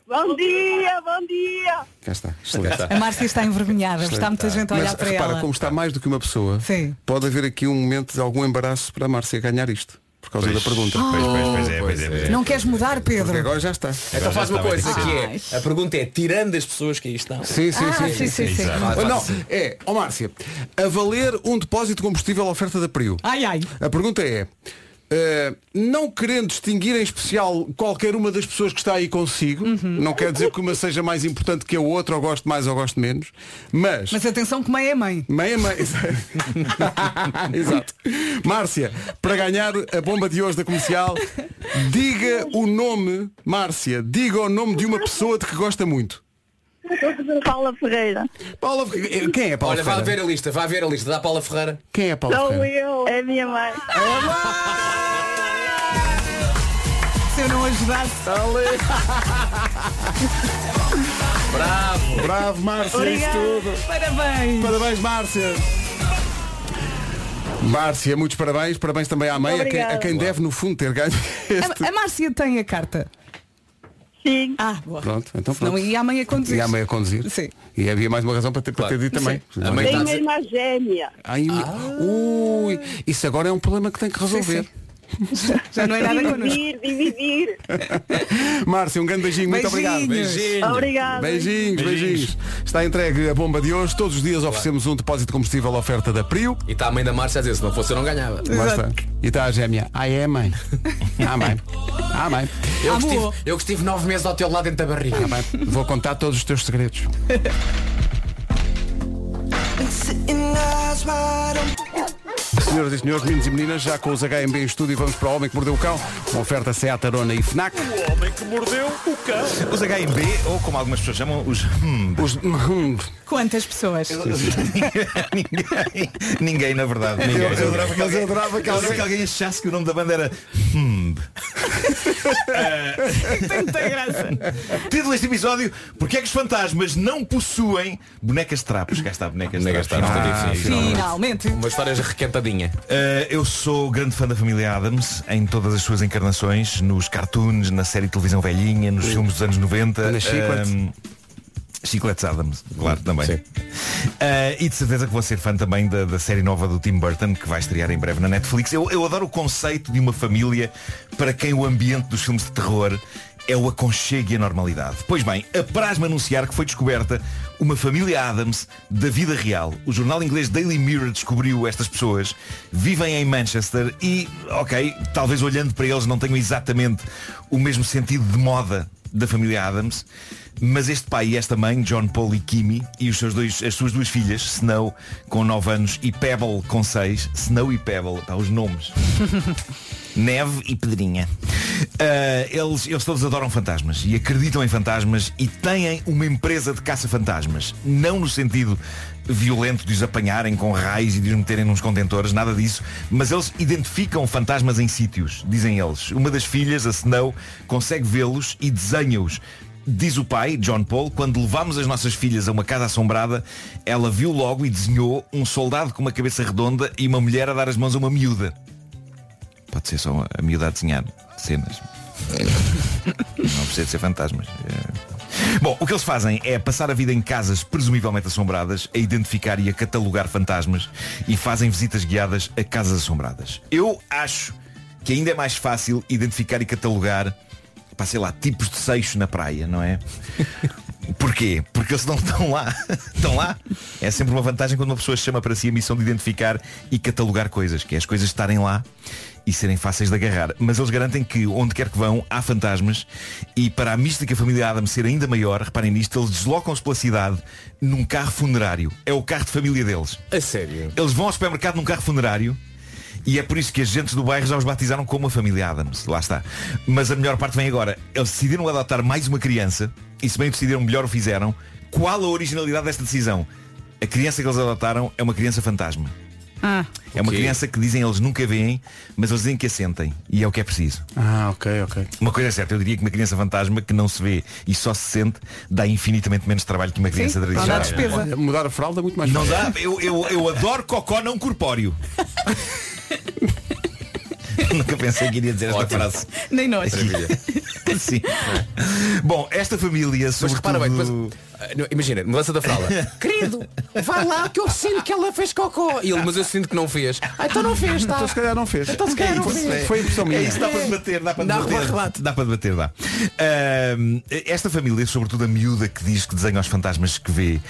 J: Bom dia, bom dia.
B: Cá está. Excelente.
D: A Márcia está envergonhada, está muita gente a
B: Mas
D: olhar para
B: repara,
D: ela.
B: como está mais do que uma pessoa,
D: Sim.
B: pode haver aqui um momento de algum embaraço para a Márcia ganhar isto. Por causa
K: Pois,
B: da pergunta.
D: Ah.
K: pois, pois, pois é, pois é, pois é.
D: Não queres mudar, Pedro?
B: Agora já está.
E: Então faz uma coisa
D: vai ter que
E: que é, a pergunta é, tirando as pessoas que aí estão.
B: Sim, sim,
D: Ah,
B: sim.
D: sim, sim, sim.
B: Ah,
E: Exato.
B: Não, é, ó Márcia, a valer um depósito de combustível à oferta da Priu.
D: Ai, ai.
B: A pergunta é, eh, não querendo distinguir em especial qualquer uma das pessoas que está aí consigo,
D: Uhum.
B: não quer dizer que uma seja mais importante que a outra, ou gosto mais ou gosto menos, mas...
D: Mas atenção que mãe é mãe.
B: Meia meia. Exato. Márcia, para ganhar a bomba de hoje da comercial, diga o nome, Márcia, diga o nome de uma pessoa de que gosta muito.
J: Paula Ferreira.
B: Paula, Ferreira- quem é a Paula
E: Olha, vá
B: Ferreira?
E: ver a lista, vá ver a lista, dá a Paula Ferreira.
B: Quem é a Paula
J: Sou
B: Ferreira?
J: eu. É a minha mãe.
D: Se eu não ajudasse.
E: Bravo!
B: Bravo, Márcia, isso
J: Obrigada.
B: tudo.
D: Parabéns.
B: Parabéns, Márcia. Márcia, muitos parabéns. Parabéns também à mãe, a quem, a
J: Obrigada.
B: quem deve, no fundo, ter ganho este.
D: A, a Márcia tem a carta.
J: Sim.
D: Ah, boa.
B: Pronto, então
D: Não,
B: pronto.
D: e a mãe a conduzir.
B: E à mãe a conduzir.
D: Sim.
B: E havia mais uma razão para ter, para ter dito também.
E: A
K: Tá.
E: mãe
J: Tenho
E: está a dizer-
J: mesmo a gêmea.
B: Ai, ui, isso agora é um problema que tem que resolver.
D: Sim, Já não é nada connosco.
J: Dividir, dividir.
B: Márcia, um grande beijinho, muito obrigado.
J: Obrigada.
B: Beijinhos, beijinhos. Está entregue a bomba de hoje. Todos os dias oferecemos um depósito de combustível à oferta da Prio.
E: E está a mãe da Márcia a dizer, se não fosse eu não ganhava.
B: Lá está. E está a gêmea. Ah, é, mãe? Ah, mãe. Ah, mãe.
E: Eu que,
D: Amor.
E: estive, eu que estive nove meses ao teu lado dentro da barriga.
B: Ah, mãe. Vou contar todos os teus segredos. Senhoras e senhores, meninos e meninas, já com os HMB em estúdio, vamos para o Homem que Mordeu o Cão. Uma oferta Seat, Arona e Fnac.
K: Os HMB, ou como algumas pessoas chamam, os HMB.
B: Os...
D: Quantas pessoas?
K: ninguém, ninguém, na verdade. Ninguém.
B: Eu- eu adorava que
K: Mas eu
B: alguém-
K: adorava é que
B: eu
K: alguém,
B: adorava que
K: achasse que o nome da banda era
D: Tanta graça.
K: Título deste episódio, porque é que os fantasmas não possuem bonecas de trapos? Cá está bonecas de
E: Bonecas de
K: trapos.
E: trapos, está difícil.
D: Finalmente.
E: Uma história requentadinha.
K: Uh, eu sou grande fã da família Adams em todas as suas encarnações, nos cartoons, na série de televisão velhinha, nos filmes dos anos 90.
B: Na Chiclete.
K: Um, Chicletes Adams, claro, também.
E: Sim.
K: Uh, e de certeza que vou ser fã também da, da série nova do Tim Burton, que vai estrear em breve na Netflix. Eu, eu adoro o conceito de uma família para quem o ambiente dos filmes de terror é o aconchego e a normalidade. Pois bem, apraz-me anunciar que foi descoberta uma família Adams da vida real. O jornal inglês Daily Mirror descobriu estas pessoas, vivem em Manchester e, ok, talvez olhando para eles não tenham exatamente o mesmo sentido de moda da família Adams, mas este pai e esta mãe, John Paul e Kimi, e os seus dois, as suas duas filhas, Snow com 9 anos e Pebble com 6, Snow e Pebble, pá, os nomes. Neve e Pedrinha. Ah, eles, eles todos adoram fantasmas e acreditam em fantasmas e têm uma empresa de caça-fantasmas. Não no sentido violento de os apanharem com raios e de os meterem nos contentores, nada disso, mas eles identificam fantasmas em sítios, dizem eles. Uma das filhas, a Snow, consegue vê-los e desenha-os. Diz o pai, John Paul, quando levámos as nossas filhas a uma casa assombrada, ela viu logo e desenhou um soldado com uma cabeça redonda e uma mulher a dar as mãos a uma miúda. Pode ser só a miúda a desenhar cenas. Não precisa de ser fantasmas. É. Bom, o que eles fazem é passar a vida em casas presumivelmente assombradas, a identificar e a catalogar fantasmas e fazem visitas guiadas a casas assombradas. Eu acho que ainda é mais fácil identificar e catalogar, pá, sei lá, tipos de seixo na praia, não é? Porquê? Porque eles não estão lá. Estão lá. É sempre uma vantagem quando uma pessoa chama para si a missão de identificar e catalogar coisas, que é as coisas estarem lá e serem fáceis de agarrar. Mas eles garantem que onde quer que vão há fantasmas e para a mística família Adam ser ainda maior, reparem nisto, eles deslocam-se pela cidade num carro funerário. É o carro de família deles.
E: A sério.
K: Eles vão ao supermercado num carro funerário e é por isso que as gentes do bairro já os batizaram como a família Adams. Lá está. Mas a melhor parte vem agora. Eles decidiram adotar mais uma criança e se bem decidiram melhor o fizeram. Qual a originalidade desta decisão? A criança que eles adotaram é uma criança fantasma.
D: Ah,
K: É uma
E: Ok.
K: criança que dizem eles nunca veem, mas eles dizem que a sentem. E é o que é preciso.
B: Ah, ok, ok.
K: Uma coisa é certa, eu diria que uma criança fantasma que não se vê e só se sente dá infinitamente menos trabalho que uma criança
D: sim. Não dá
K: tradicional.
D: despesa.
B: Olha, Mudar a fralda é muito mais
K: Não
B: fácil.
K: dá, eu, eu, eu adoro cocó não corpóreo. Nunca pensei que iria dizer esta
E: Ótimo.
K: frase.
D: Nem nós.
K: Sim. Bom, esta família,
E: Mas
K: sobretudo...
E: repara bem, depois Ah, não, imagina, mudança da fralda. Querido, vai lá que eu sinto que ela fez cocô. E ele, mas eu sinto que não fez. Ah, então não fez, tá?
B: Então se calhar não fez.
E: Então se calhar não
K: Isso,
E: fez.
K: é.
B: Foi impressão minha.
K: É isso, dá para debater, dá para
E: Dá
K: debater.
E: relato.
K: Dá para debater, dá. Ahm, esta família, sobretudo a miúda que diz que desenha os fantasmas que vê,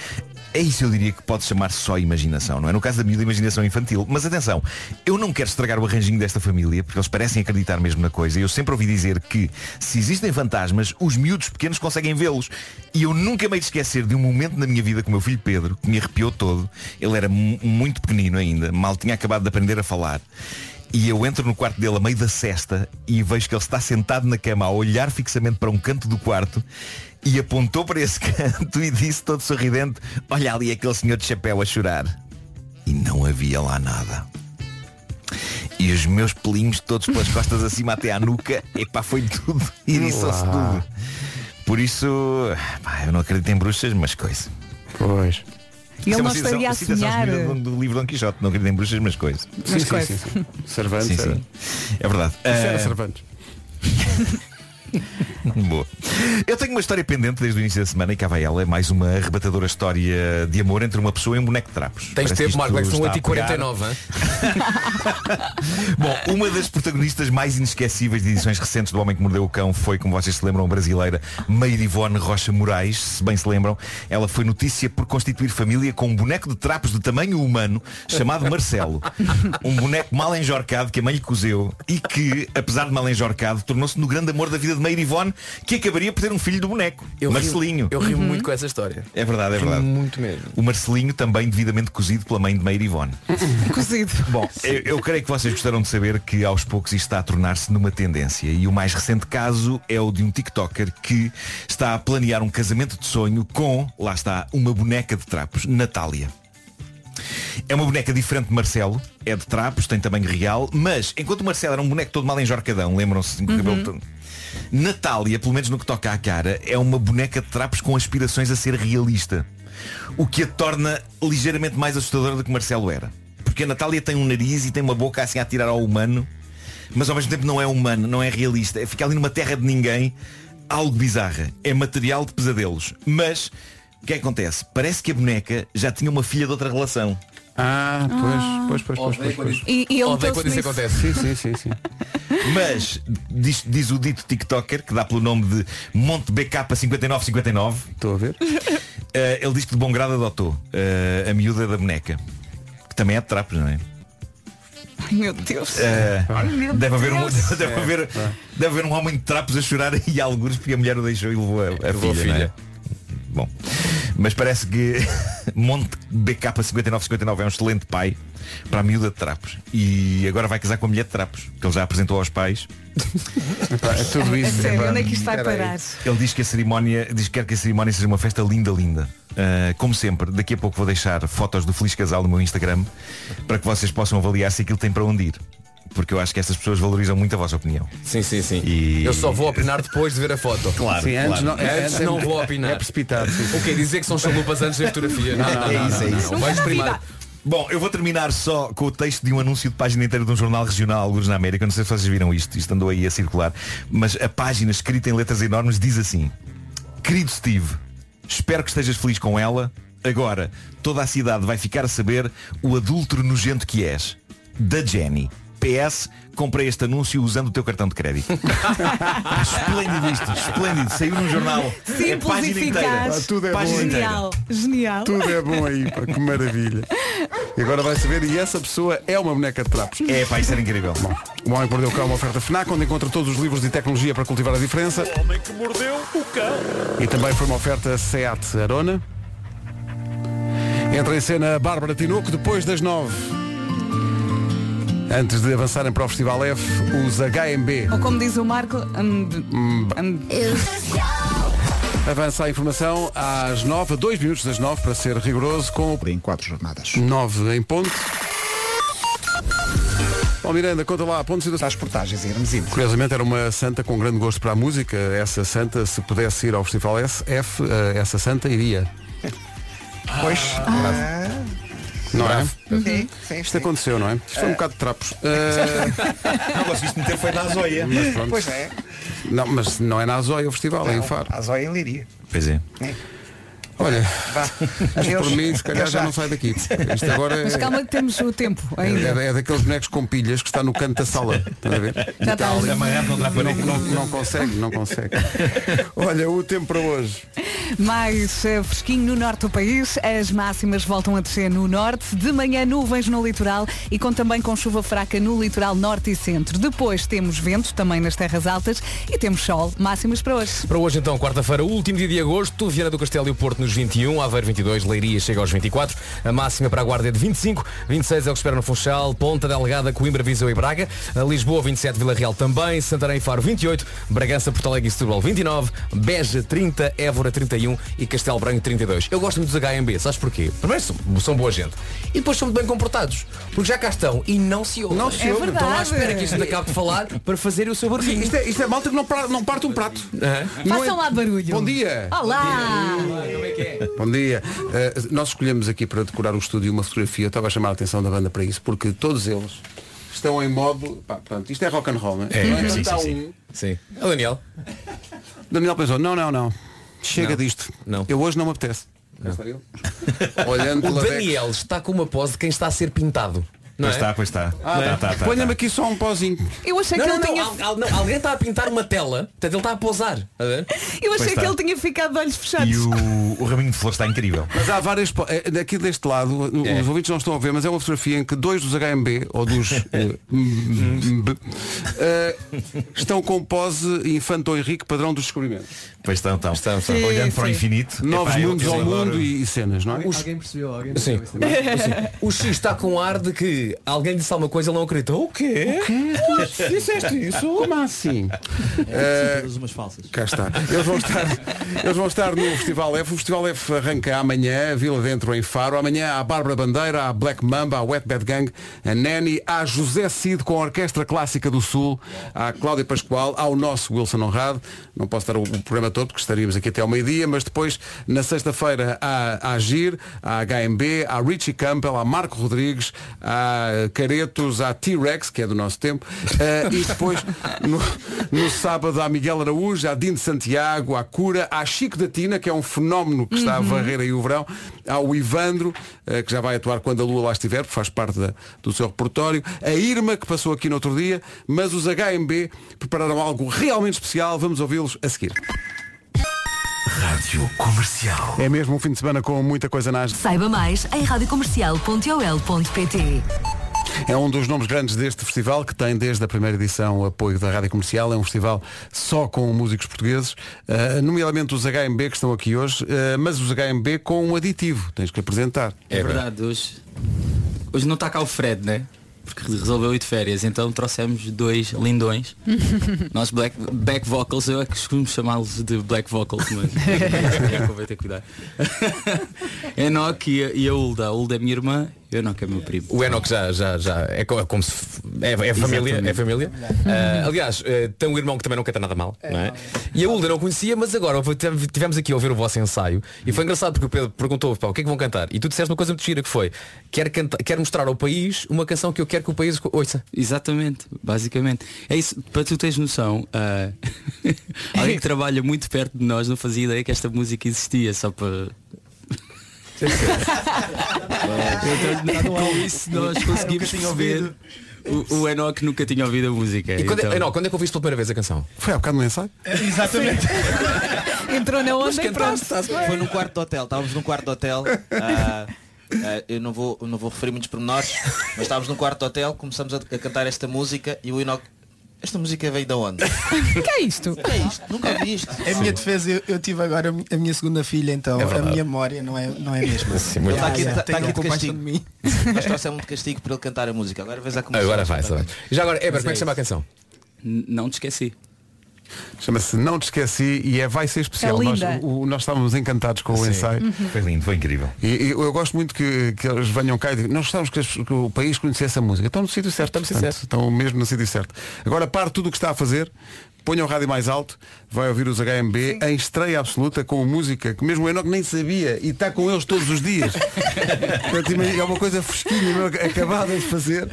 K: é isso eu diria que pode chamar só imaginação, não é? No caso da miúda, imaginação infantil. Mas atenção, eu não quero estragar o arranjinho desta família, porque eles parecem acreditar mesmo na coisa. Eu sempre ouvi dizer que se existem fantasmas, os miúdos pequenos conseguem vê-los. E eu nunca me hei de esquecer de um momento na minha vida com o meu filho Pedro, que me arrepiou todo. Ele era mu- muito pequenino ainda, mal tinha acabado de aprender a falar. E eu entro no quarto dele a meio da cesta e vejo que ele está sentado na cama a olhar fixamente para um canto do quarto e apontou para esse canto e disse todo sorridente, olha ali aquele senhor de chapéu a chorar. E não havia lá nada. E os meus pelinhos todos pelas costas acima até à nuca, epá, foi tudo. E disse-se tudo. Por isso, pá, eu não acredito em bruxas, mas coisa. é
B: Pois. é
D: Ele não estaria a sonhar.
K: um- do livro Dom Quixote, não acredito em bruxas, mas coisa.
B: Sim, sim, sim, sim. Cervantes.
K: Sim,
B: era.
K: sim. É verdade.
B: Isso era
K: Ah,
B: Cervantes.
K: Boa. Eu tenho uma história pendente desde o início da semana e cá vai ela. É mais uma arrebatadora história de amor entre uma pessoa e um boneco de trapos.
E: Tens
K: Parece que
E: tempo,
K: isto
E: Marco, é que são
K: está a
E: 8h49. hein?
K: Bom, uma das protagonistas mais inesquecíveis de edições recentes do Homem que Mordeu o Cão foi, como vocês se lembram, a brasileira Meir Ivone Rocha Moraes, se bem se lembram. Ela foi notícia por constituir família com um boneco de trapos de tamanho humano chamado Marcelo. Um boneco mal enjorcado que a mãe lhe cozeu e que, apesar de mal enjorcado, tornou-se no grande amor da vida de Meir Ivone, que acabaria por ter um filho do boneco,
E: rio-
K: Marcelinho.
E: eu rio muito com essa história.
K: É verdade, é
E: Rio
K: verdade.
E: Muito mesmo.
K: O Marcelinho também devidamente cozido pela mãe de Meir Ivone.
D: Cozido.
K: Bom, eu, eu creio que vocês gostaram de saber que aos poucos isto está a tornar-se numa tendência. E o mais recente caso é o de um TikToker que está a planear um casamento de sonho com, lá está, uma boneca de trapos, Natália. É uma boneca diferente de Marcelo, é de trapos, tem tamanho real, mas enquanto o Marcelo era um boneco todo mal enjorcadão, lembram-se do cabelo todo. Natália, pelo menos no que toca à cara, é uma boneca de trapos com aspirações a ser realista. O que a torna ligeiramente mais assustadora do que Marcelo era. Porque a Natália tem um nariz e tem uma boca assim a tirar ao humano, mas ao mesmo tempo não é humano, não é realista. É ficar ali numa terra de ninguém, algo bizarra. É material de pesadelos. Mas, o que é que acontece? Parece que a boneca já tinha uma filha de outra relação.
B: Ah, pois, pois, pois, pois, pois. pois.
D: E, e ele
E: Odeio
D: meteu-se
E: quando isso
D: nisso.
E: acontece.
B: Sim, sim, sim, sim.
K: Mas diz, diz o dito TikToker, que dá pelo nome de Monte BK5959,
B: Estou a ver.
K: eh, ele diz que de bom grado adotou eh, a miúda da boneca. Que também é de trapos, não é?
D: Ai, meu Deus.
B: É
K: Eh, deve, haver um,
D: Deus.
E: É,
K: deve, haver, deve haver um homem de trapos a chorar e alguns porque a mulher o deixou e levou a, a
E: Levou a
K: filha. não é? Bom. Mas parece que Monte BK5959 é um excelente pai para a miúda de trapos. E agora vai casar com a mulher de trapos, que ele já apresentou aos pais.
B: Epá, é tudo
D: A
B: isso.
D: sério,
B: epá.
D: onde é que isto vai
B: Peraí.
D: parar?
K: Ele diz que a cerimónia, diz que quer que a cerimónia seja uma festa linda, linda. Ah, como sempre, daqui a pouco vou deixar fotos do Feliz Casal no meu Instagram para que vocês possam avaliar se aquilo tem para onde ir. Porque eu acho que essas pessoas valorizam muito a vossa opinião.
E: Sim, sim, sim.
K: E-
E: Eu só vou opinar depois de ver a foto.
K: Claro,
B: Sim, antes não, é-
E: Antes
B: é-
E: não vou
B: É
E: opinar.
B: precipitado. sim.
E: O que dizer que são chalupas antes da fotografia? Não, não,
K: É
E: não,
K: isso, é
E: não,
K: isso.
E: não. Vais primeiro.
K: Bom, eu vou terminar só com o texto de um anúncio de página inteira de um jornal regional, alguns na América. Não sei se vocês viram isto, isto andou aí a circular. Mas a página escrita em letras enormes diz assim. Querido Steve, espero que estejas feliz com ela. Agora, toda a cidade vai ficar a saber o adúltero nojento que és. Da Jenny. PS, comprei este anúncio usando o teu cartão de crédito. esplêndido isto, esplêndido. Saiu num jornal. é
D: Simples
K: página
D: e
K: inteira.
D: eficaz.
B: Ah, tudo é
K: página
B: bom.
K: inteira.
D: Genial. Genial.
B: Tudo é bom aí, pá, que maravilha. E agora vai-se ver, e essa pessoa é uma boneca de trapos.
K: É, pá, isso era incrível.
B: O Homem que Mordeu o Cão é uma oferta FNAC, onde encontra todos os livros de tecnologia para cultivar a diferença.
A: O homem que mordeu o cão.
B: E também foi uma oferta SEAT Arona. Entra em cena a Bárbara Tinoco depois das nove. Antes de avançarem para o Festival F, os HMB.
D: Ou como diz o Marco, hum, hum,
B: Avança a informação às nove, a dois minutos das nove, para ser rigoroso, com o
M: em quatro jornadas.
B: 9 em ponto. Ó Miranda, conta lá, pontos e do...
M: As portagens em Hermesinde.
B: Curiosamente era uma santa com grande gosto para a música. Essa santa, se pudesse ir ao Festival S, F, eh, essa santa iria.
M: Pois. ah,
B: Não é?
M: Sim, sim,
B: Ah. Isto
M: sim.
B: aconteceu, não é? Isto foi um bocado de trapos. Eh,
K: Não conseguiste meter foi na zoia.
B: mas pronto.
M: Pois é.
B: Não, mas não é na Azóia o festival, é em
M: Não,
B: Faro.
M: A Zóia em Liria.
K: Pois é.
B: Olha,
C: Vá.
B: mas
C: Adeus.
B: por mim, se calhar
C: Até
B: já. não sai daqui. Isto agora é,
D: Mas calma que temos o tempo
B: é,
D: ainda.
B: da- é daqueles bonecos com pilhas que está no canto da sala. Estás a ver?
D: Já está ali.
K: Amarrado noutra
B: não, não, não consegue, não consegue. Olha, o tempo para hoje.
D: Mais eh, fresquinho no norte do país, as máximas voltam a descer no norte, de manhã nuvens no litoral e com também com chuva fraca no litoral norte e centro. Depois temos vento também nas terras altas e temos sol, máximas para hoje.
E: Para hoje então, quarta-feira, último dia de agosto, Viana do Castelo e o Porto nos 21, Aveiro 22, Leiria chega aos 24, a máxima para a Guarda é de 25, 26 é o que espera no Funchal, Ponta Delgada, Coimbra, Viseu e Braga, a Lisboa 27, Vila Real também, Santarém e Faro 28, Bragança, Porto Alegre e Setúbal 29, Beja 30, Évora 31 e Castelo Branco 32. Eu gosto muito dos HMB, sabes porquê? Primeiro são, são boa gente e depois são muito bem comportados, porque já cá estão e não se ouvem.
B: Não se
E: É
B: ouvem.
E: verdade. Estão lá à espera que isto acabe de falar para fazer o seu barulhinho.
B: Isto é, isto é malta que não, pra- não parte um prato. Não é-
D: Façam lá de barulho.
B: Bom dia.
D: Olá!
B: Bom dia. Uh, nós escolhemos aqui para decorar o estúdio uma fotografia. Eu estava a chamar a atenção da banda para isso, porque todos eles estão em modo. Pá, pronto, isto é rock and roll, não é? Não é
E: sim,
B: cantar
E: sim,
B: um-
E: sim. Sim. É o Daniel.
B: Daniel pensou, não, não, não. Chega
E: Não.
B: disto.
E: Não.
B: Eu hoje não me apetece. Não. Olhando
E: o
B: pela
E: Daniel está com uma pose de quem está a ser pintado. Não
K: Pois
E: é?
K: está, pois está.
B: Ah,
K: Tá, tá, tá,
B: Ponha-me
K: tá.
B: aqui só um pozinho.
D: Eu achei
E: não,
D: É que
E: não,
D: ele
E: não,
D: tinha.
E: al- al- não, alguém está a pintar uma tela, portanto ele está a posar. Está a ver?
D: Eu achei
K: Pois
D: que
K: está.
D: ele tinha ficado de olhos fechados.
K: E o, o raminho de flores está incrível.
B: Mas há várias. po- eh, Daqui deste lado, o- os ouvintes não estão a ver, mas é uma fotografia em que dois dos HMB, ou dos. eh, MB, eh, estão com pose infanto Henrique, padrão dos descobrimentos.
K: Pois estão, estão.
D: Sim,
K: Olhando para o
D: sim.
K: infinito.
B: Novos
K: Epá, eu-
B: mundos
K: eu
B: ao
K: adoro.
B: mundo e, e cenas, não é?
N: Alguém percebeu? Alguém
E: Sim.
N: percebeu? esse tema?
E: O X está com um ar de que alguém disse alguma coisa e ele não acreditou. O quê? Tu disseste isso?
B: Como assim?
K: É
B: Eh,
N: São todas umas falsas.
B: Cá está. Eles vão estar, eles vão estar no Festival F. O Festival F arranca amanhã, Vila Dentro em Faro. Amanhã há a Bárbara Bandeira, a Black Mamba, a Wet Bad Gang, a Nani, há José Cid com a Orquestra Clássica do Sul, há a Cláudia Pascoal, há o nosso Wilson Honrado. Não posso dar o, o programa todo porque estaríamos aqui até ao meio-dia, mas depois, na sexta-feira, há a Agir, há a HMB, há a Richie Campbell, há Marco Rodrigues, há Caretos, há T-Rex, que é do nosso tempo, eh, e depois no, no sábado há Miguel Araújo, há Dino Santiago, há Cura, há Chico da Tina, que é um fenómeno que está a varrer aí o verão, há o Ivandro, eh, que já vai atuar quando a Lua lá estiver, porque faz parte da- do seu repertório, a Irma, que passou aqui no outro dia, mas os HMB prepararam algo realmente especial, vamos ouvi-los a seguir.
F: Rádio Comercial.
B: É mesmo um fim de semana com muita coisa na agenda.
G: Saiba mais em radiocomercial.ol.pt
B: É um dos nomes grandes deste festival, que tem desde a primeira edição o apoio da Rádio Comercial. É um festival só com músicos portugueses, eh, nomeadamente os HMB que estão aqui hoje, eh, mas os HMB com um aditivo. Tens que apresentar.
N: É verdade, hoje, hoje não está cá o Fred, né? Porque resolveu ir de férias, então trouxemos dois lindões. Nós black, back vocals, eu é que costumo chamá-los de black vocals, mas é que eu vou ter cuidado. Enoch e a, e a Ulda. A Ulda é minha irmã, e o Enoch é meu primo.
E: O Enoch já, já, já é, co- é como se f- é, é família, é família. Ah, aliás, ah, tem um irmão que também não canta nada mal, não é? E a Ulda não conhecia, mas agora foi- tive- tivemos aqui a ouvir o vosso ensaio e foi engraçado porque o Pedro perguntou pá, o que é que vão cantar e tu disseste uma coisa muito gira que foi quero, canta, quero mostrar ao país uma canção que eu quero que o país co- ouça.
N: Exatamente, basicamente. É isso, para tu teres noção, ah, alguém que trabalha muito perto de nós não fazia ideia que esta música existia, só para. então, com isso nós conseguimos perceber. O, o Enoch nunca tinha ouvido a música.
E: E quando, é-
N: então-
E: Enoch, quando é que ouviste pela primeira vez a canção?
B: Foi há bocado no ensaio?
D: Entrou na onda e pronto.
N: Foi
O: Foi num quarto de hotel, estávamos num quarto de hotel. ah, ah, eu não vou, eu não vou referir muitos pormenores, mas estávamos num quarto de hotel, começamos a, a cantar esta música e o Inoc. Esta música veio da onde?
D: que é isto?
O: Que é isto? Nunca ouvi isto.
L: A minha defesa, eu, eu tive agora a mi- a minha segunda filha, então
E: É
L: a
E: verdade.
L: minha memória não é, não é a mesma.
O: Ele está aqui, tá- tá
L: Tenham
O: aqui de
L: compaixão
O: castigo.
L: de mim.
O: Nós trouxemos de castigo para ele cantar a música. Agora vais a começar.
E: Agora vai, sabe? Já agora, Eber,
N: Mas
E: como é
N: é
E: que se chama a canção?
N: N- Não te esqueci.
B: Chama-se Não Te Esqueci e é Vai Ser Especial.
D: É
B: nós,
D: linda.
B: o- nós estávamos encantados com o ensaio.
K: Foi lindo, foi incrível.
B: E, e eu gosto muito que, que eles venham cá e digam, nós gostávamos que, as- que o país conhecesse a música. Estão no sítio certo, estamos certo. Estão mesmo no sítio certo. Agora pare tudo o que está a fazer, ponha o rádio mais alto, vai ouvir os HMB em estreia absoluta com música que mesmo o Enoch nem sabia e está com eles todos os dias. Portanto, imagina, é uma coisa fresquinha, mesmo, acabada de fazer.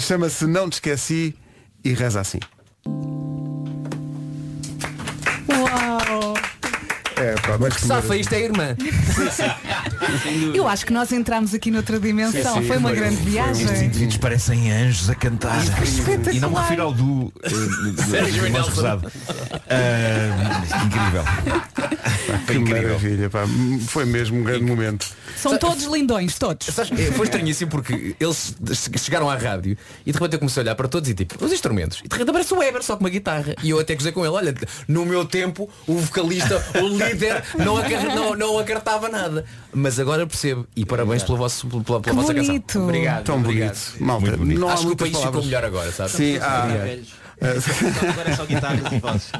B: Chama-se Não Te Esqueci e reza assim.
D: Uau!
B: É É, pá, mas que
E: Safa, isto é a irmã.
D: Eu acho que nós entramos aqui noutra dimensão.
K: Sim, sim,
D: foi um uma grande
K: foi
D: viagem.
K: Estes indivíduos parecem anjos a cantar.
D: Espetacular.
K: E não me
B: assim
K: refiro ao duo eh,
B: Sérgio
K: do mais
B: Reinaldo.
K: pesado. Ah, incrível.
B: Que maravilha, pá. Foi mesmo um grande momento.
D: São todos lindões, todos.
E: É, Foi estranhíssimo porque eles che- chegaram à rádio e de repente eu comecei a olhar para todos e tipo, os instrumentos. E de repente aparece o Weber só com uma guitarra. E eu até gozei com ele, olha, no meu tempo o vocalista, o líder, não, acar não, não acartava nada. Mas agora percebo. E parabéns pela, vosso, pela, pela
D: Que
E: vossa
D: bonito.
E: canção. Obrigado.
B: Tão
E: obrigado.
B: bonito. Malta, Muito bonito. não há
E: Acho que o
B: muitas
E: país ficou
B: palavras.
E: melhor agora, sabes?
B: Sim, há-
K: Então,
O: Agora é só guitarras e vozes.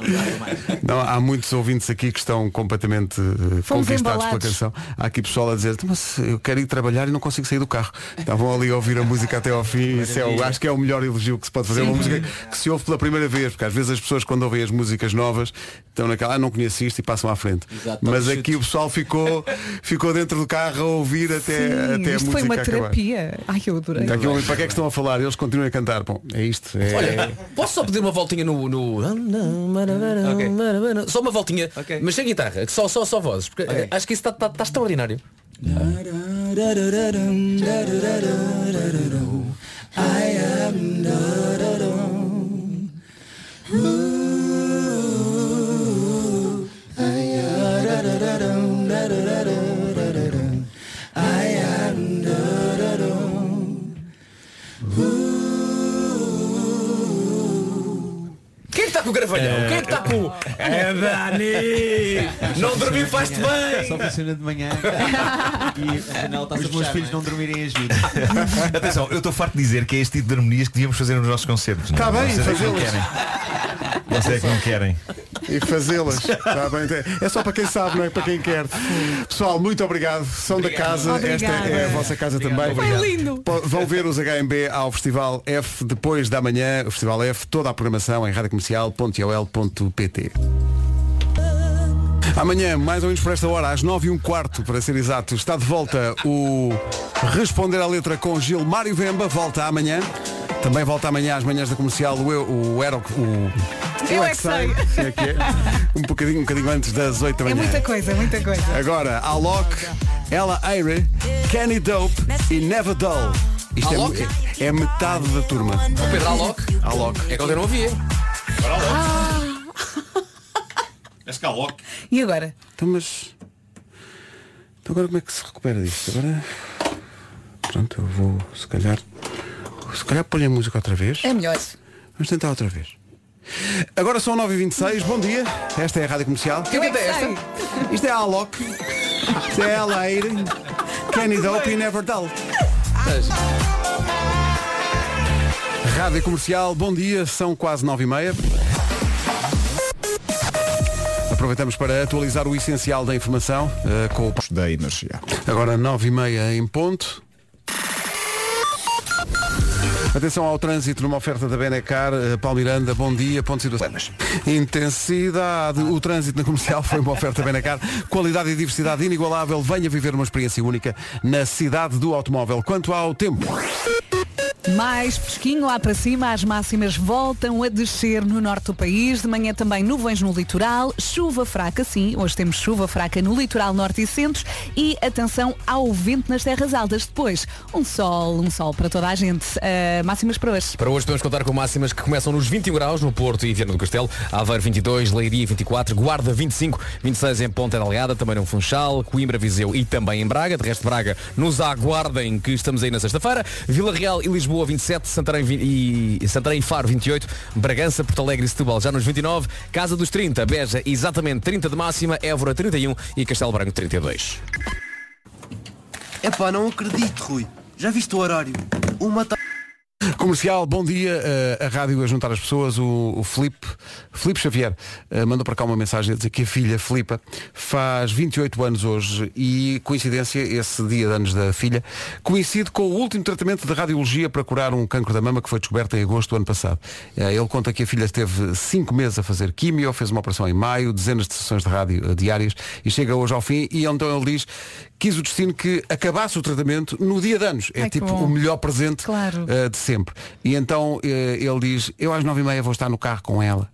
B: Não, há muitos ouvintes aqui que estão completamente eh,
D: Fomos
B: conquistados pela
D: embalados.
B: canção. Há aqui pessoal a dizer, mas eu quero ir trabalhar e não consigo sair do carro. Estavam ali a ouvir a música até ao fim. Isso é, o- acho que é o melhor elogio que se pode fazer. Uma
P: Sim.
B: música que se ouve pela primeira vez, porque às vezes as pessoas quando ouvem as músicas novas estão naquela, ah, não conheço isto e passam à frente.
P: Exato,
B: mas
P: chute.
B: aqui o pessoal ficou, ficou dentro do carro a ouvir até, até
D: Sim,
B: a
D: isto
B: música
D: foi uma
B: acabar.
D: terapia. Ai, eu adorei.
B: Está aqui um homem, para que é que estão a falar? Eles continuam a cantar. Bom, é isto. é-
E: Olha, posso só pedir uma voltinha no. no... Só uma voltinha, mas sem guitarra, só, só, só vozes. Porque eh, acho que isso está extraordinário. Quem é que está com o gravalhão? Quem é que está com. o- É Dani! Não dormir faz-te bem!
P: Só funciona de manhã e afinal está
K: Os
P: os
K: meus
P: meus
K: filhos
P: filhos não dormirem ajuda.
K: Atenção, eu estou farto de dizer que é este tipo de harmonias que devíamos fazer nos nossos concertos.
B: Tá
K: não é?
B: bem,
K: Vocês é que não
B: fazê-las.
K: querem. Vocês é que não querem.
B: e fazê-las. Tá bem? É só para quem sabe, não é para quem quer. Pessoal, muito obrigado. São da casa. Esta é a
P: Obrigada.
B: vossa casa também.
P: Foi Obrigado. lindo.
B: Po- Vão ver os HMB ao Festival F depois da manhã. O Festival F, toda a programação em radiocomercial.ol.pt Amanhã, mais ou menos por esta hora, às 9 e um quarto, para ser exato, está de volta o Responder à Letra com Gil Mário Vemba. Volta amanhã. Também volta amanhã às manhãs da comercial o, Eu- o, Ero- o
D: Eu é que sei.
B: Sim, é que é. Um bocadinho, um bocadinho antes das 8 da
D: É
B: manhã.
D: muita coisa, é muita coisa.
B: Agora, Alok, Ella Eyre, Kenny Dope e Never Dull. Isto é,
E: Alok?
B: é metade da turma.
E: O Pedro Alok?
B: Alok.
E: É que eu não ouvia.
D: Ah,
K: És caloc.
D: e agora?
B: Então, mas. Então, agora como é que se recupera disto? Agora. Pronto, eu vou, se calhar. Se calhar pôr a música outra vez.
D: É melhor.
B: Vamos tentar outra vez. Agora são 9h26, bom dia. Esta é a Rádio Comercial.
P: Eu é que sei.
B: Isto é a Alok. Isto é a Lair. Kenny Dope e Never Dull. Rádio Comercial, bom dia, são quase 9h30. Aproveitamos para atualizar o essencial da informação eh, com o
M: da energia.
B: Agora 9h30 em ponto. Atenção ao trânsito numa oferta da Benecar. Eh, Paulo Miranda, bom dia. Ponto de situação. Intensidade. O trânsito na comercial foi uma oferta Benecar. Qualidade e diversidade inigualável. Venha viver uma experiência única na cidade do automóvel. Quanto ao tempo.
D: Mais pesquinho lá para cima, as máximas voltam a descer no norte do país. De manhã também nuvens no litoral, chuva fraca, sim, hoje temos chuva fraca no litoral norte e centros e atenção ao vento nas terras altas. Depois, um sol, um sol para toda a gente. Ah, máximas para hoje.
E: Para hoje podemos contar com máximas que começam nos 21 graus no Porto e Viana do Castelo, Aveiro 22, Leiria 24, Guarda 25, 26 em Ponta Delgada, também no Funchal, Coimbra, Viseu e também em Braga. De resto, Braga nos aguardem que estamos aí na sexta-feira. Vila Real e Lisboa 27, Santarém, vi- e... Santarém e Faro 28, Bragança, Porto Alegre e Setúbal já nos 29, Casa dos 30, Beja exatamente 30 de máxima, Évora 31 e Castelo Branco 32.
P: Epá, não acredito, Rui. Já viste o horário? Uma ta...
B: Comercial, bom dia. Eh, a rádio a juntar as pessoas. O, o Filipe, Filipe Xavier eh, mandou para cá uma mensagem a dizer que a filha, Filipa, faz 28 anos hoje e, coincidência, esse dia de anos da filha coincide com o último tratamento de radiologia para curar um cancro da mama que foi descoberto em agosto do ano passado. Eh, ele conta que a filha esteve 5 meses a fazer quimio, fez uma operação em maio, dezenas de sessões de rádio eh, diárias e chega hoje ao fim e então ele diz quis o destino que acabasse o tratamento no dia de anos. É
D: Ai, que
B: tipo
D: bom.
B: o melhor presente eh, de sempre. E então eh, ele diz, eu às nove e meia vou estar no carro com ela.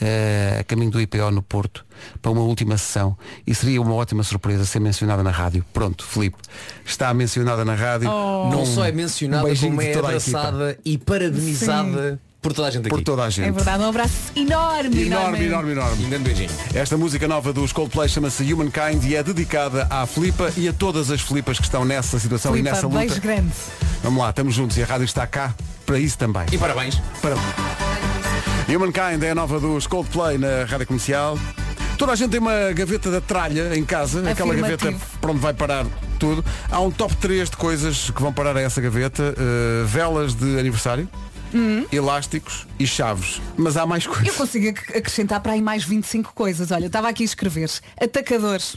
B: Eh, eh, a caminho do IPO no Porto para uma última sessão e seria uma ótima surpresa ser mencionada na rádio. Pronto, Filipe, está mencionada na rádio.
E: Não
D: Oh.
B: Um-
E: só é
B: um
E: mencionada
B: beijinho
E: como é
B: de toda a equipa.
E: abraçada e parabenizada por toda a gente aqui.
B: Por toda a gente.
D: É verdade, um abraço enorme,
B: Enorme, enorme, enorme.
E: Um grande beijinho.
B: Esta música nova dos Coldplay chama-se Humankind e é dedicada à Filipa e a todas as Filipas que estão nessa situação
D: Filipa,
B: e nessa luta.
D: beijo grande.
B: Vamos lá, estamos juntos e a rádio está cá para isso também.
E: E parabéns.
B: Parabéns. Humankind é a nova dos Coldplay na rádio comercial. Toda a gente tem uma gaveta da tralha em casa, aquela
D: Afirmativo.
B: gaveta para onde vai parar tudo. Há um top 3 de coisas que vão parar a essa gaveta. Uh, velas de aniversário,
D: Hum.
B: elásticos e chaves. Mas há mais coisas.
D: Eu consigo ac- acrescentar para aí mais 25 coisas. Olha, eu estava aqui a escrever. Atacadores,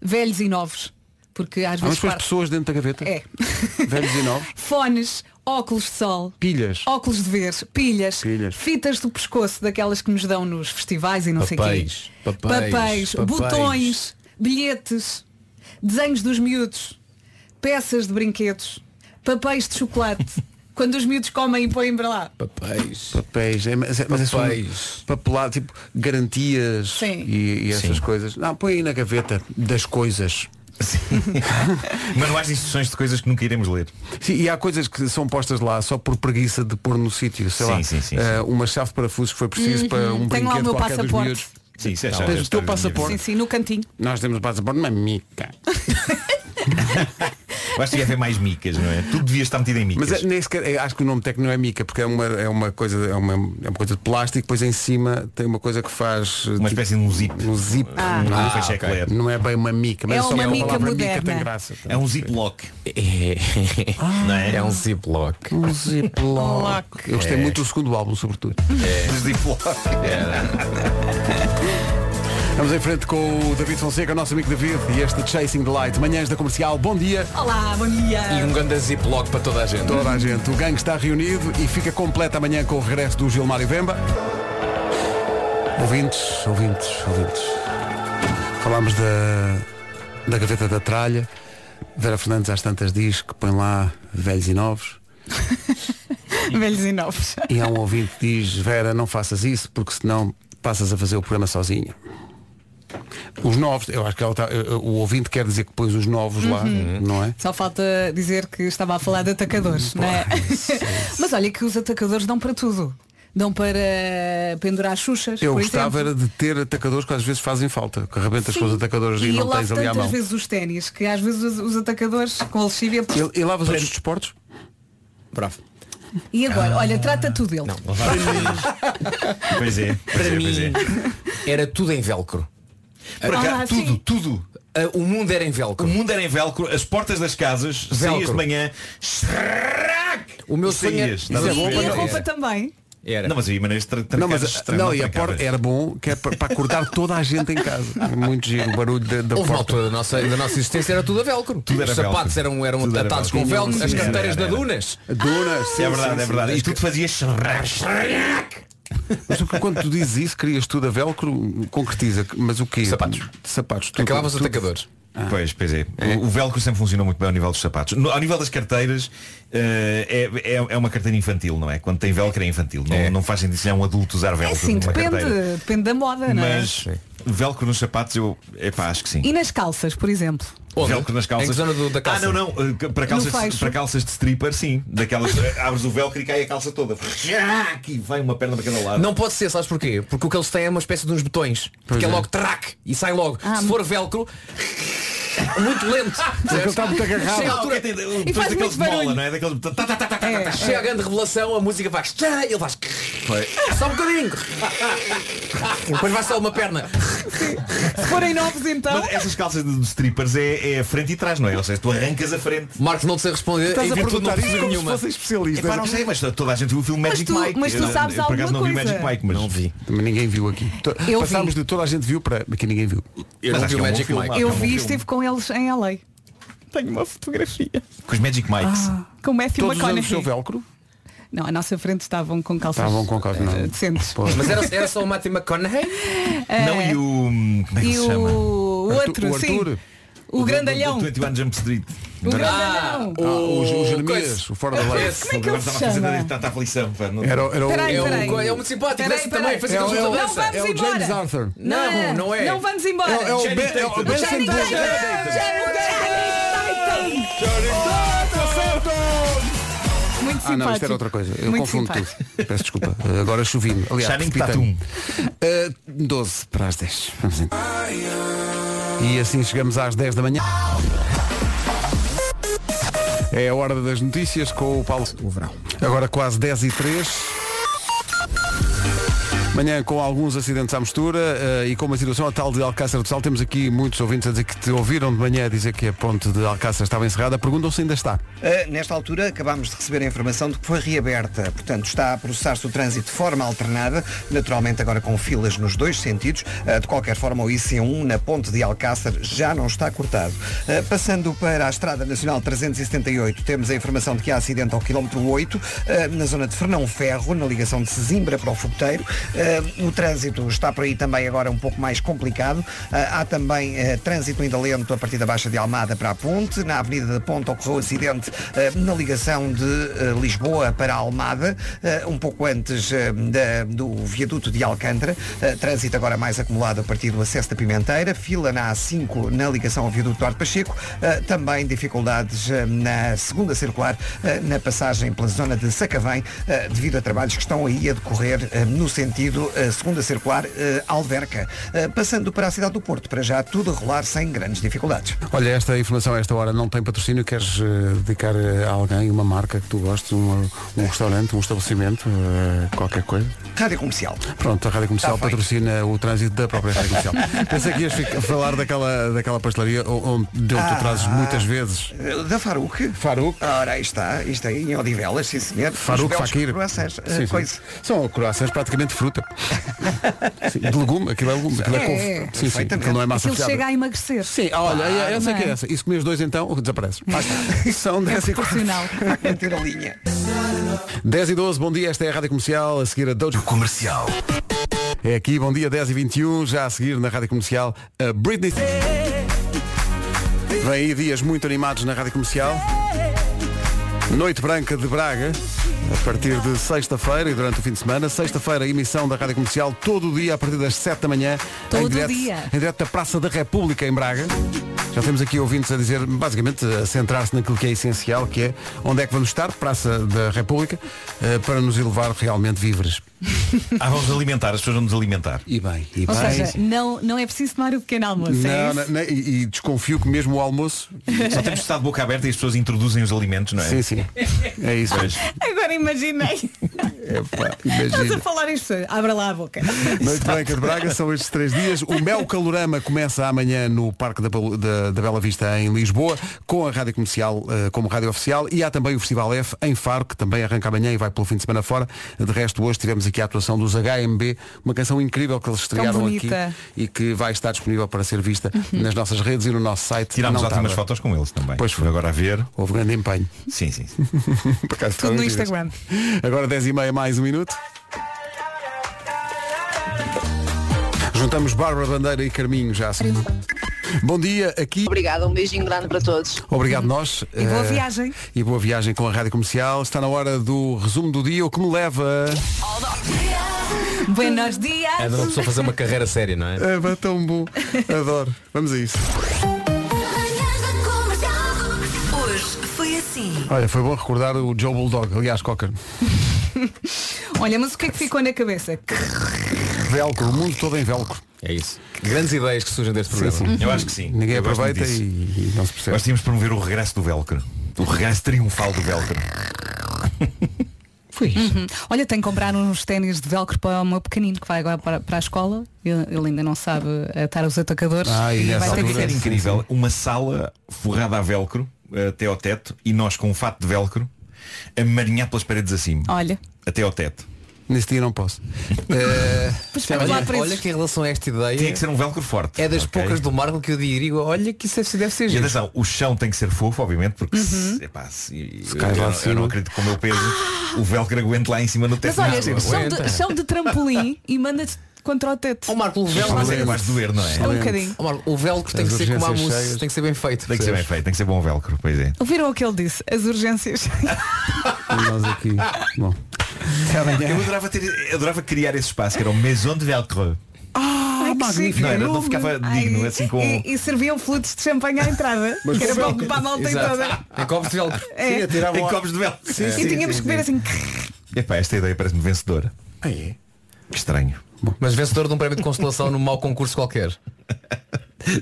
D: velhos e novos. Porque às
B: Há umas
D: vezes.
B: coisas
D: par-
B: pessoas dentro da gaveta.
D: É.
B: Velhos e novos.
D: Fones, óculos de sol.
B: Pilhas.
D: Óculos de ver, pilhas,
B: Pilhas.
D: fitas do pescoço, daquelas que nos dão nos festivais e não
E: Papéis,
D: sei o quê.
E: papéis, papéis.
D: botões, bilhetes, desenhos dos miúdos, peças de brinquedos, papéis de chocolate. Quando os miúdos comem e põem para lá.
E: Papéis.
B: Papéis. É, mas é, mas é só um papelado, tipo garantias
D: Sim.
B: e, e essas
K: Sim.
B: coisas. Não, põe aí na gaveta das coisas.
K: Manuais de instruções de coisas que nunca iremos ler.
B: Sim, e há coisas que são postas lá só por preguiça de pôr no sítio, sei
K: Sim,
B: lá,
K: sim, sim,
B: eh, uma chave de parafusos que foi preciso
D: Uhum.
B: para um
D: Tenho lá o
B: brinquedo
D: meu
B: qualquer dos
D: passaporte.
B: miúdos.
K: Sim, isso é
B: Não,
K: já-
B: Tens
K: já
B: Tá o
K: está
B: teu
K: na minha
B: passaporte.
D: Sim, sim, no cantinho.
B: Nós temos o passaporte na mica.
K: Eu acho que ia haver mais micas, não é? Tudo devia estar metido em micas.
B: Mas é, nem sequer, é, acho que o nome técnico não é mica, porque é uma, é uma, coisa, é uma, é uma coisa de plástico, depois em cima tem uma coisa que faz. Uma
K: espécie de um zip.
B: Um zip.
K: Ah.
B: Não,
K: Ah,
B: é-
K: ok.
B: não é, bem uma mica, mas
K: É
B: só
K: uma
B: pela
K: mica
B: palavra mica
K: moderna.
B: tem graça.
K: É um ziplock. Não é?
E: É um ziplock.
B: Um ziplock. Eu gostei
E: É.
B: muito do segundo álbum, sobretudo. É.
K: Um Ziplock.
B: Vamos em frente com o David Fonseca, o nosso amigo David, e este Chasing the Light. Manhãs da Comercial, bom dia.
D: Olá, bom dia.
E: E um grande ziplock para toda a gente.
B: Toda a gente. O gangue está reunido e fica completo amanhã com o regresso do Gilmário Vemba. Ouvintes, ouvintes, ouvintes. Falámos da, da gaveta da tralha. Vera Fernandes às tantas diz que põe lá velhos e novos.
D: Velhos e novos.
B: E há um ouvinte que diz, Vera, não faças isso porque senão passas a fazer o programa sozinha. Os novos, eu acho que ela está- eu- eu- o ouvinte quer dizer que pôs os novos lá,
D: Uhum.
B: não é?
D: Só falta dizer que estava a falar de atacadores,
B: Hum,
D: não é? Mas olha que os atacadores dão para tudo. Dão para pendurar xuxas,
B: Eu
D: por
B: gostava
D: exemplo.
B: era de ter atacadores que às vezes fazem falta, que arrebentas com os atacadores e,
D: E eu
B: não
D: lavo
B: tens ali à
D: tantas
B: mão.
D: vezes os ténis que às vezes os, os atacadores com a lexívia
B: E, e lavas outros desportos?
E: Bravo.
D: E
B: Ah,
D: agora, olha, trata tudo ele.
K: Pois é.
E: Para mim era tudo em velcro. Ah,
K: Por acaso, Ah, tudo, tudo.
E: o mundo era em velcro.
K: O mundo era em velcro, as portas das casas, saías
E: Velcro.
K: de manhã,
E: O meu
K: E
E: sonho
K: saías,
E: era-
K: estás
E: Isso
K: a ver?
E: é bom,
D: E a
E: Era.
D: roupa também.
E: Era.
K: Não, mas aí maneiras tra-
B: Não, mas
K: trancadas-
B: a- não, e a
K: trancadas.
B: porta era bom que é para, para acordar toda a gente em casa. É Muito giro o barulho da, da
E: Houve uma
B: porta.
E: altura da nossa, da nossa existência era tudo a velcro.
B: Tudo era
E: Os sapatos
B: velcro.
E: eram, eram
B: Tudo era
E: atados com
B: velcro.
E: velcro,
B: Sim,
E: as
B: sim,
E: carteiras
B: era,
E: da
B: era.
E: Dunas.
B: Dunas, sim,
K: É verdade,
B: sim,
K: é verdade.
B: sim.
K: E tu te fazias
B: Mas o que- quando tu dizes isso, crias tudo a velcro, concretiza. Mas o quê? Sapatos. Sapatos. tudo-
K: Acabavas
B: tudo.
K: atacadores. Pois, pois é. O, o velcro sempre funcionou muito bem ao nível dos sapatos. No- ao nível das carteiras, eh, é, é, é uma carteira infantil, não é? Quando tem velcro é infantil. Não, não faz sentido ser um adulto usar velcro
D: É assim,
K: numa
D: depende,
K: carteira.
D: depende da moda, não é?
K: Mas velcro nos sapatos, eu epá, acho que sim.
D: E nas calças, por exemplo.
K: Velcro nas calças.
E: Em que zona do- da calça?
K: Ah, não, não. eh, Para
D: No
K: calças,
D: fecho.
K: para calças de stripper, sim. Daquelas. abres o velcro e cai a calça toda. Aqui vai uma perna para cada lado.
E: Não pode ser, sabes porquê? Porque o que eles têm é uma espécie de uns botões. Porque é
K: é.
E: logo trac e sai logo. Se for velcro, muito lento.
K: ele está muito agarrado.
E: Chega à altura,
K: Ah, ok, tem- depois daqueles de mola, não é? Daqueles- tá, tá, tá, tá, tá, tá,
D: É,
K: tá.
E: Chega a grande revelação, a música faz. tchá, Ele faz.
K: Foi.
E: Só um bocadinho. Depois vai só uma perna.
D: Se forem novos então.
B: é-
K: Mas essas calças de de strippers é, é a frente e trás, não é? Ou seja, tu arrancas a frente.
E: Marcos não te sei responder.
K: Em virtude não percebo nenhuma.
B: especialista. é?
K: Epá, não sei, mas toda a gente viu o filme
D: Mas
K: Magic
D: tu-
K: Mike.
D: mas tu
K: Eu-
D: sabes
K: eu, por acaso,
D: alguma
K: não vi
D: coisa?
K: Magic Mike, mas
B: Não vi. Também ninguém viu aqui. To-
D: Eu
B: Passámos
D: vi.
B: de toda a gente viu para. Aqui ninguém viu.
K: Eu não vi o Magic Mike.
B: é um
D: Eu vi e estive com eles em LA. Tenho uma fotografia.
K: Com os Magic Mikes.
D: Com Matthew
K: Todos usando
D: McConaughey.
K: o seu
B: velcro?
D: Não, à nossa frente estavam com calças.
K: Estavam com calças, não.
D: eh, Decentes.
B: é
K: Pois. Mas era-
E: Era só o Matthew McConaughey?
D: Eh,
K: Não, e o. Como é que
D: e
K: se
D: o
K: chama?
D: outro, sim. O grandalhão.
K: Do, do 21 Jump Street.
D: O grandalhão.
B: Ah, o, o Jeremias, o fora da lei.
D: Como é que ele se chama?
K: tanta aflição. pá, não-
B: Era, o- era o-
D: Peraí,
B: é o-
D: peraí.
E: é o muito simpático,
D: Peraí,
E: desse
D: peraí.
E: também, fazia
B: É o-
E: conjunto
B: é o-
E: da
D: Não
E: dança.
D: vamos
B: é o
D: embora. Ah,
B: James Arthur.
E: Não, não é.
D: Não vamos embora.
B: É o- é o Ben- é o Benson
D: Johnny
B: Tatum.
D: Tatum. Johnny Tatum. Muito
B: Tá Ah não, isto
D: simpático.
B: era outra coisa. Eu
D: Muito
B: confundo
D: simpático.
B: tudo. Peço desculpa. Uh, Agora chovi-me. Aliás,
K: Shining
B: precipitei-me. Uh, 12 para as 10. Vamos então. E assim chegamos às 10 da manhã. É a hora das notícias com o Paulo. O verão. Agora quase 10 e 3. Manhã com alguns acidentes à mistura eh, e com uma situação a tal de Alcácer do Sal. Temos aqui muitos ouvintes a dizer que te ouviram de manhã a dizer que a ponte de Alcácer estava encerrada. Perguntam se ainda está.
C: Uh, nesta altura, acabámos de receber a informação de que foi reaberta. Portanto, está a processar-se o trânsito de forma alternada, naturalmente agora com filas nos dois sentidos. Uh, de qualquer forma, o IC1 na ponte de Alcácer já não está cortado. Uh, passando para a Estrada Nacional 378, temos a informação de que há acidente ao quilómetro 8, uh, na zona de Fernão Ferro, na ligação de Sesimbra para o Fogoteiro. Uh, o trânsito está por aí também agora um pouco mais complicado. Uh, há também uh, trânsito ainda lento a partir da Baixa de Almada para a Ponte. Na Avenida da Ponte ocorreu acidente eh, na ligação de eh, Lisboa para Almada, eh, um pouco antes eh, da- do viaduto de Alcântara. Eh, trânsito agora mais acumulado a partir do acesso da Pimenteira. Fila na A5 na ligação ao viaduto do Arte Pacheco. Eh, também dificuldades eh, na segunda circular, eh, na passagem pela zona de Sacavém, eh, devido a trabalhos que estão aí a decorrer eh, no sentido eh, segunda circular eh, Alverca. Eh, passando para a cidade do Porto, para já tudo a rolar sem grandes dificuldades.
B: Olha, esta informação a esta hora não tem patrocínio. Queres eh, dedicar eh, a alguém, uma marca que tu gostes, um, um restaurante, um estabelecimento, eh, qualquer coisa?
C: Rádio Comercial.
B: Pronto, a Rádio Comercial
C: Tá feito.
B: patrocina o trânsito da própria Rádio Comercial. Pensei que ias ficar- falar daquela, daquela pastelaria onde onde
C: Ah.
B: tu trazes muitas vezes.
C: Eh, Da Faruque.
B: Faruque.
C: Ora, aí está, isto aí em Odivelas, sim senhor.
B: Faruque,
C: Os belos
B: Fakir.
C: croissants, eh,
B: Sim, sim.
C: coisa.
B: São croissants praticamente de fruta. Sim, de legume, aquilo é legume, aquilo é,
D: É,
B: couve.
D: é.
B: Sim, sim, aquilo não é massa
D: Aquilo
B: folhada.
D: chega a emagrecer.
B: Sim, Ah, Olha, eu- eu sei que é essa. E se comi os dois então, desaparece. São 10 e
D: É proporcional.
B: 10 e 12, bom dia, esta é a Rádio Comercial, a seguir a Dojo Comercial. É aqui, bom dia, 10 e 21, já a seguir na Rádio Comercial, a Britney. Vem aí dias muito animados na Rádio Comercial. Noite Branca de Braga, a partir de sexta-feira e durante o fim de semana. Sexta-feira, emissão da Rádio Comercial, todo o dia, a partir das 7 da manhã.
D: Todo
B: em direto,
D: dia.
B: Em direto da Praça da República, em Braga. Já temos aqui ouvintes a dizer, basicamente, a centrar-se naquilo que é essencial, que é onde é que vamos estar, Praça da República, eh, para nos elevar realmente víveres.
K: Ah, vamos alimentar, as pessoas vão nos alimentar.
B: E bem, e
D: Ou
B: bem.
D: seja, não, não é preciso tomar o pequeno almoço. é
B: Não,
D: isso?
B: não, não, e, e desconfio que mesmo o almoço.
K: Só temos de estar de boca aberta e as pessoas introduzem os alimentos, não é?
B: Sim, sim. É isso.
K: Pois.
D: Agora imaginei.
B: Epá,
D: Estás a
B: imagina.
D: falar isto. Abra lá a boca.
B: Noite Branca de Braga são estes três dias. O Mel Calorama começa amanhã no Parque da, Bel- da- da Bela Vista em Lisboa, com a Rádio Comercial eh, como Rádio Oficial e há também o Festival F em Faro, que também arranca amanhã e é, vai pelo fim de semana fora. De resto, hoje tivemos aqui a atuação dos HMB, uma canção incrível que eles estrearam aqui
D: bonita. Uhum.
B: e que vai estar disponível para ser vista nas nossas redes e no nosso site.
K: Tirámos
B: Não
K: ótimas
B: tarda.
K: fotos com eles também.
B: Pois foi.
K: Agora a ver.
B: Houve grande empenho.
K: Sim, sim. sim.
B: Por acaso,
D: Tudo no
B: foram giras.
D: Instagram.
B: Agora 10 e meia mais um minuto. Juntamos Bárbara Bandeira e Carminho já. assim. Bom dia aqui.
Q: Obrigada, um beijinho grande para todos.
B: Obrigado nós.
Q: E boa
B: Eh,
Q: viagem.
B: E boa viagem com a Rádio Comercial. Está na hora do resumo do dia, o que me leva.
D: Buenos dias.
E: É de uma pessoa fazer uma carreira séria, não é?
B: É, vai tão bom. Adoro. Vamos a isso.
G: Hoje foi assim.
B: Olha, foi bom recordar o Joe Bulldog, aliás, Cocker.
D: Olha, mas o que é que ficou na cabeça?
B: Velcro, o mundo todo em velcro.
E: É isso. Grandes ideias que surgem deste programa.
K: sim. Eu acho que sim.
B: Ninguém
K: Eu gosto
B: aproveita
K: muito
B: e, e não se percebe.
K: Nós tínhamos de promover o regresso do Velcro. O regresso triunfal do Velcro.
B: Foi
D: Uhum. Olha, tenho que comprar uns ténis de velcro para o meu pequenino que vai agora para, para a escola. Ele, ele ainda não sabe atar os atacadores.
K: e
D: vai
K: nessa
D: ter
K: altura
D: que
K: era
D: ser.
K: incrível. Uma sala forrada a velcro até ao teto e nós com um fato de velcro a marinhar pelas paredes acima.
B: Oh.
D: Olha.
K: Até ao teto.
B: Nesse dia não posso. É
E: Olha, olha que em relação a esta ideia.
K: Tinha que ser um velcro forte.
E: É das
K: ok?
E: poucas do Marvel que eu digo, olha que isso deve ser
K: E
E: giro.
K: atenção, o chão tem que ser fofo, obviamente, porque
E: Uhum.
K: se, epá, se, eu,
E: cais lá
K: eu não-
E: acima.
K: eu não acredito que com o meu peso o velcro aguente lá em cima no teto.
D: Mas olha,
K: Não,
D: chão
K: aguenta.
D: de, chão de trampolim e manda-te contra o teto.
E: O Marco, o véu
K: Mas é capaz de doer, não é?
D: É um bocadinho.
E: Ó, Marco, o velcro tem
K: As
E: que ser como a
K: urgências
E: mousse,
K: cheias.
E: tem que ser bem feito.
K: Tem que ser bem feito, tem que ser bom velcro, pois é.
D: Ouviram o que ele disse? As urgências.
K: E nós aqui. Bom. Eu adorava, ter, eu adorava criar esse espaço, que era o Maison de Velcro.
D: Ah, Ai, que
K: magnífico.
D: chique.
K: Não, era- não ficava digno, assim, com-
D: E, e serviam flutos de champanhe à entrada. que era para ocupar a malta
K: Exato.
D: toda.
E: Em copos de velcro.
D: É. Sim, atiravam
K: Em
D: a-
K: copos de velcro.
D: e tínhamos que ver assim.
K: Epá, esta ideia parece-me vencedora.
E: é?
K: Que estranho.
E: Mas vencedor de um prémio de consolação num mau concurso qualquer.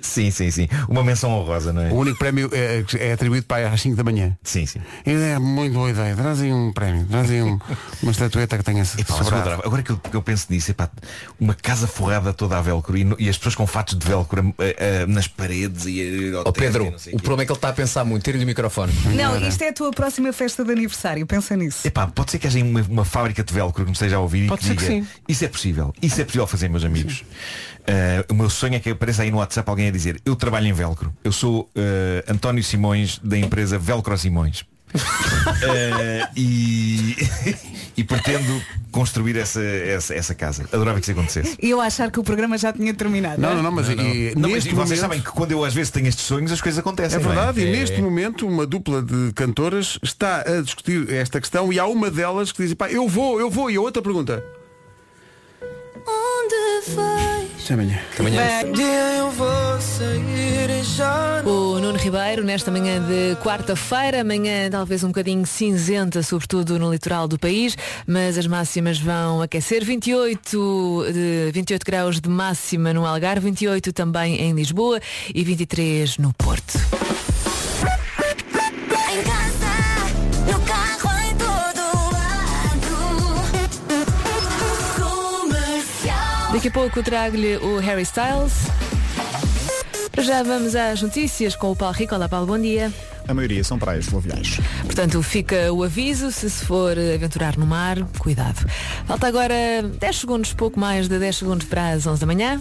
K: Sim, sim, sim. Uma menção honrosa, não é?
B: O único prémio é, é atribuído para às 5 da manhã.
K: Sim, sim.
B: É muito boa ideia. Trazem um prémio, trazem um, uma estatueta que tenha
K: Pá, mas eu
B: sobrado.
K: adorava. Agora que eu, que eu penso nisso, epá, uma casa forrada toda a velcro e, no- e as pessoas com fatos de velcro eh, eh, nas paredes e
E: Ó Pedro, o problema é que ele está a pensar muito. Tira-lhe o microfone.
D: Não, isto é a tua próxima festa de aniversário, pensa nisso.
K: Epá, pode ser que haja uma, uma fábrica de velcro que me esteja a ouvir
D: Pode
K: e
D: ser
K: que
D: que
K: diga
D: sim.
K: isso é possível, isso é possível fazer, meus amigos. Eh, o meu sonho é que apareça aí no WhatsApp alguém a dizer eu trabalho em velcro, eu sou eh, António Simões da empresa Velcro Simões. Eh, e, e pretendo construir essa, essa, essa casa. Adorava que isso acontecesse.
D: E eu achar que o programa já tinha terminado.
K: Não, não, não, mas, e,
B: Não, mas
K: neste
B: e
K: momento-
B: vocês sabem
K: que quando eu às vezes tenho estes sonhos as coisas acontecem.
B: É verdade, e neste momento uma dupla de cantoras está a discutir esta questão e há uma delas que diz, pá, eu vou, eu vou, e a outra pergunta.
G: Onde vai?
B: Até amanhã.
G: eu vou sair e já
R: O Nuno Ribeiro, nesta manhã de quarta-feira, manhã talvez um bocadinho cinzenta, sobretudo no litoral do país, mas as máximas vão aquecer. 28, de, 28 graus de máxima no Algarve, 28 também em Lisboa e 23 no Porto.
G: Em casa, no carro, em todo lado. Comercial.
R: Daqui a pouco trago-lhe o Harry Styles. Já vamos às notícias com o Paulo Rico. Olá, Paulo, bom dia.
L: A maioria são praias fluviais.
R: Portanto, fica o aviso, se se for aventurar no mar, cuidado. Falta agora 10 segundos, pouco mais de 10 segundos para as 11 da manhã.